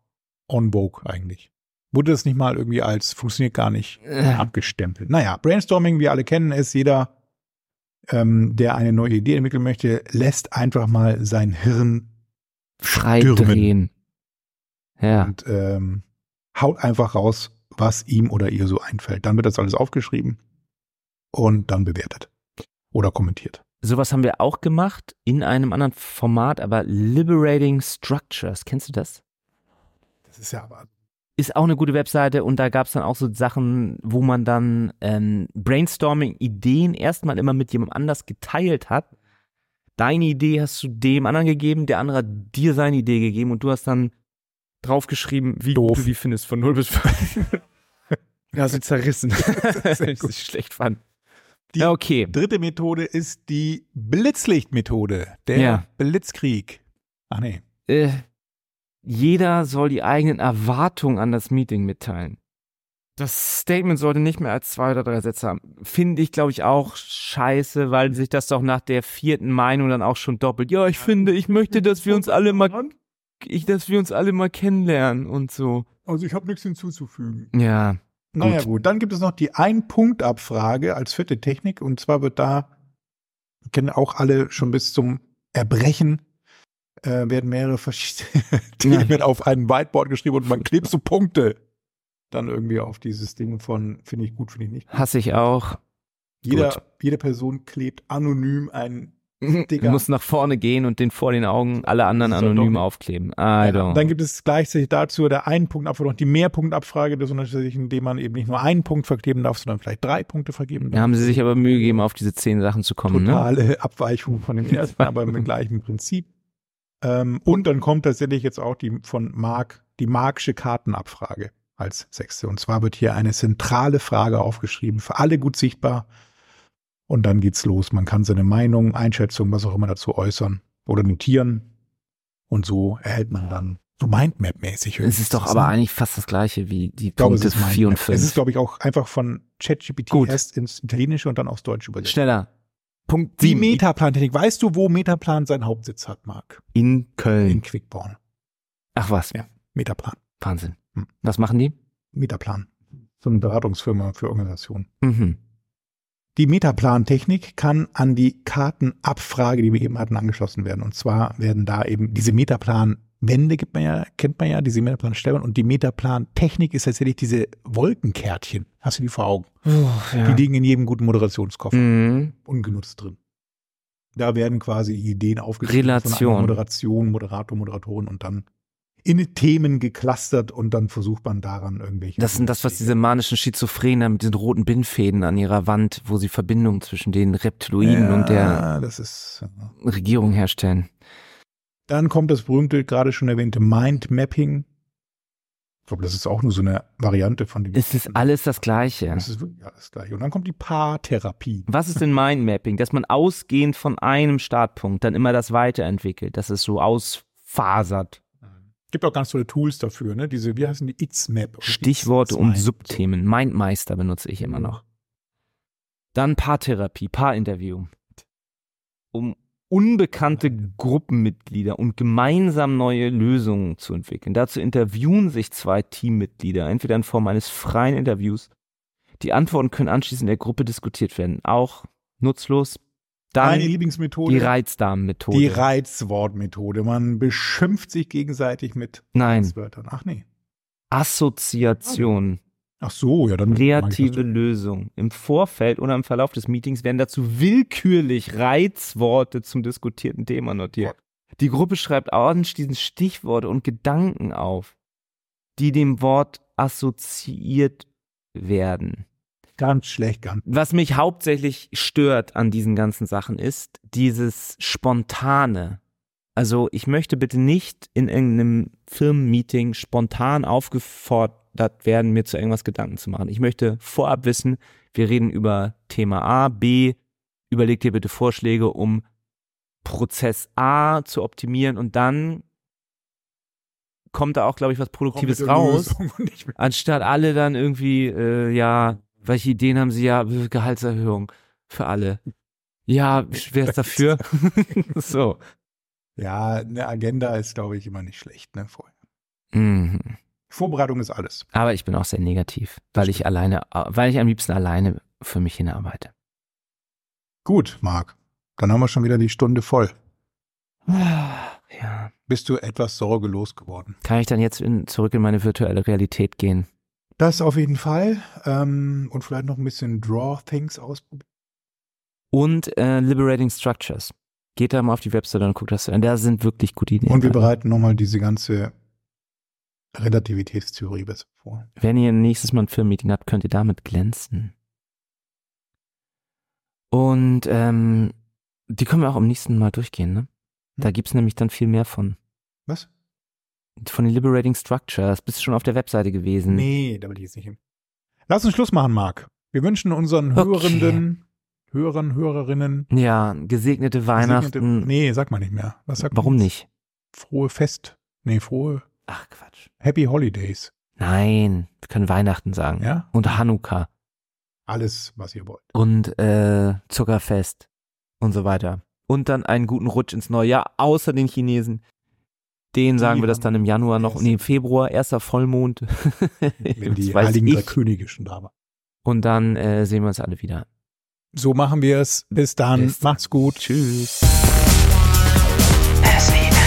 on vogue eigentlich? Wurde das nicht mal irgendwie als funktioniert gar nicht Äh, abgestempelt? Naja, Brainstorming, wir alle kennen es, jeder, ähm, der eine neue Idee entwickeln möchte, lässt einfach mal sein Hirn Frei Stürmen. drehen. Ja. und ähm, haut einfach raus, was ihm oder ihr so einfällt. Dann wird das alles aufgeschrieben und dann bewertet oder kommentiert. Sowas haben wir auch gemacht in einem anderen Format, aber Liberating Structures. Kennst du das? Das ist ja aber ist auch eine gute Webseite und da gab es dann auch so Sachen, wo man dann ähm, Brainstorming-Ideen erstmal immer mit jemand anders geteilt hat. Deine Idee hast du dem anderen gegeben, der andere hat dir seine Idee gegeben und du hast dann draufgeschrieben, wie Doof. du die findest, von 0 bis [LAUGHS] 5. ja, [LAUGHS] sie zerrissen. das gut. ist schlecht fand. Die- ja, okay. Dritte Methode ist die Blitzlichtmethode, der Ja. Blitzkrieg. Ach nee. äh, jeder soll die eigenen Erwartungen an das Meeting mitteilen. Das Statement sollte nicht mehr als zwei oder drei Sätze haben. Finde ich, glaube ich, auch scheiße, weil sich das doch nach der vierten Meinung dann auch schon doppelt. Ja, ich finde, ich möchte, dass wir uns alle mal, ich, dass wir uns alle mal kennenlernen und so. Also ich habe nichts hinzuzufügen. Ja. Naja Gut. gut, dann gibt es noch die Ein-Punkt-Abfrage als vierte Technik und zwar wird da, kennen auch alle schon bis zum Erbrechen, äh, werden mehrere verschiedene [LAUGHS] Themen auf ein Whiteboard geschrieben und man klebt so Punkte dann irgendwie auf dieses Ding von finde ich gut, finde ich nicht. Hasse ich auch. Gut. [LAUGHS] Jeder, jede Person klebt anonym einen [LAUGHS] Du musst nach vorne gehen und den vor den Augen alle anderen Das ist doch anonym doch- aufkleben. Ah, I Ja, don't. und dann gibt es gleichzeitig dazu der einen Punkt Abfrage noch die Mehrpunktabfrage, das unterschiedlich, indem man eben nicht nur einen Punkt vergeben darf, sondern vielleicht drei Punkte vergeben da darf. haben sie sich aber Mühe gegeben, auf diese zehn Sachen zu kommen, ne? Totale [LAUGHS] Abweichung von dem ersten, [LAUGHS] aber mit dem gleichen Prinzip. Ähm, und dann kommt tatsächlich jetzt auch die von Mark, die Marksche Kartenabfrage als sechste. Und zwar wird hier eine zentrale Frage aufgeschrieben, für alle gut sichtbar. Und dann geht's los. Man kann seine Meinung, Einschätzung, was auch immer dazu äußern oder notieren. Und so erhält man dann so Mindmap-mäßig. ne? Es ist doch aber eigentlich fast das gleiche wie die Ich glaube, es Punkte ist mein, 4 und 5. Es ist, glaube ich, auch einfach von ChatGPT Gut. erst ins Italienische und dann aufs Deutsche übersetzt. Schneller. Punkt Die sieben. Metaplan-Technik. Weißt du, wo Metaplan seinen Hauptsitz hat, Marc? in In Köln. Quickborn. Ach was, Ja. Metaplan. Wahnsinn. Hm. Was machen die? Metaplan. So eine Beratungsfirma für Organisationen. Mhm. Die Metaplan-Technik kann an die Kartenabfrage, die wir eben hatten, angeschlossen werden. Und zwar werden da eben diese Metaplan-Wände gibt man ja, kennt man ja, diese Metaplan-Stellen. Und die Metaplan-Technik ist tatsächlich diese Wolkenkärtchen. Hast du die vor Augen? Die liegen in jedem guten Moderationskoffer. mhm. ungenutzt drin. Da werden quasi Ideen aufgeschrieben. Relation. Von einer Moderation, Moderator, Moderatorin und dann in Themen geklustert und dann versucht man daran irgendwelche. Das sind das, was diese manischen Schizophrenen haben, mit diesen roten Bindfäden an ihrer Wand, wo sie Verbindungen zwischen den Reptiloiden ja, und der Das ist. Regierung herstellen. Dann kommt das berühmte, gerade schon erwähnte Mindmapping. Ich glaube, das ist auch nur so eine Variante von dem. Es ist alles das Gleiche. Mhm. Das ist wirklich alles gleich. Und dann kommt die Paartherapie. Was ist denn Mindmapping? Dass man ausgehend von einem Startpunkt dann immer das weiterentwickelt, dass es so ausfasert. Gibt auch ganz tolle Tools dafür, ne? Diese, wie heißen die? X-Map. oder die Stichworte und X-Mind. Subthemen. Mindmeister benutze ich Mhm. immer noch. Dann Paartherapie, Paarinterview. Um unbekannte Gruppenmitglieder und gemeinsam neue Lösungen zu entwickeln. Dazu interviewen sich zwei Teammitglieder, entweder in Form eines freien Interviews. Die Antworten können anschließend in der Gruppe diskutiert werden. Auch nutzlos. Dann Meine Lieblingsmethode. die Reizdarmmethode. Die Reizwortmethode. Man beschimpft sich gegenseitig mit Nein, Reizwörtern. Ach nee. Assoziation. Ach so, ja, dann. Kreative Lösung. Im Vorfeld oder im Verlauf des Meetings werden dazu willkürlich Reizworte zum diskutierten Thema notiert. Die Gruppe schreibt anschließend Stichworte und Gedanken auf, die dem Wort assoziiert werden. Ganz schlecht, ganz. Was mich hauptsächlich stört an diesen ganzen Sachen ist dieses Spontane. Also ich möchte bitte nicht in irgendeinem Firmenmeeting spontan aufgefordert werden, mir zu irgendwas Gedanken zu machen. Ich möchte vorab wissen, wir reden über Thema A, B, überleg dir bitte Vorschläge, um Prozess A zu optimieren und dann kommt da auch, glaube ich, was Produktives raus [LAUGHS] anstatt alle dann irgendwie, äh, ja, welche Ideen haben sie ja, Gehaltserhöhung für alle. Ja, wer ist dafür? [LAUGHS] so. Ja, eine Agenda ist, glaube ich, immer nicht schlecht, ne? Vorher. Mhm. Vorbereitung ist alles. Aber ich bin auch sehr negativ, weil ich alleine, weil ich am liebsten alleine für mich hinarbeite. Gut, Marc. Dann haben wir schon wieder die Stunde voll. Ah, Ja. Bist du etwas sorgelos geworden? Kann ich dann jetzt in, zurück in meine virtuelle Realität gehen? Das auf jeden Fall. Ähm, und vielleicht noch ein bisschen Draw Things ausprobieren. Und äh, Liberating Structures. Geht da mal auf die Webseite und guckt das an. Da sind wirklich gute Ideen. Und wir bereiten nochmal diese ganze Relativitätstheorie besser vor. Wenn ihr nächstes Mal ein Filmmeeting habt, könnt ihr damit glänzen. Und ähm, die können wir auch am nächsten Mal durchgehen, Hm. ne? Da gibt's nämlich dann viel mehr von. Was? Von den Liberating Structures. Bist du schon auf der Webseite gewesen? Nee, da will ich jetzt nicht hin. Lass uns Schluss machen, Marc. Wir wünschen unseren Okay. Hörenden, Hörern, Hörerinnen Ja, gesegnete Weihnachten. Gesegnete- Nee, sag mal nicht mehr. Was sagt man Warum jetzt? nicht? Frohe Fest. Nee, frohe Ach Quatsch. Happy Holidays. Nein, wir können Weihnachten sagen. Ja? Und Hanukkah Alles, was ihr wollt. und äh, Zuckerfest und so weiter. Und dann einen guten Rutsch ins neue Jahr, außer den Chinesen. Denen sagen Die wir das haben dann im Januar noch, erst- nee, im Februar, erster [LAUGHS] Vollmond. Wenn die [LAUGHS] Das weiß Heiligen drei ich. Könige schon da waren. Und dann äh, sehen wir uns alle wieder. So machen wir es. Bis dann. Bis- Macht's gut. Tschüss. SEM.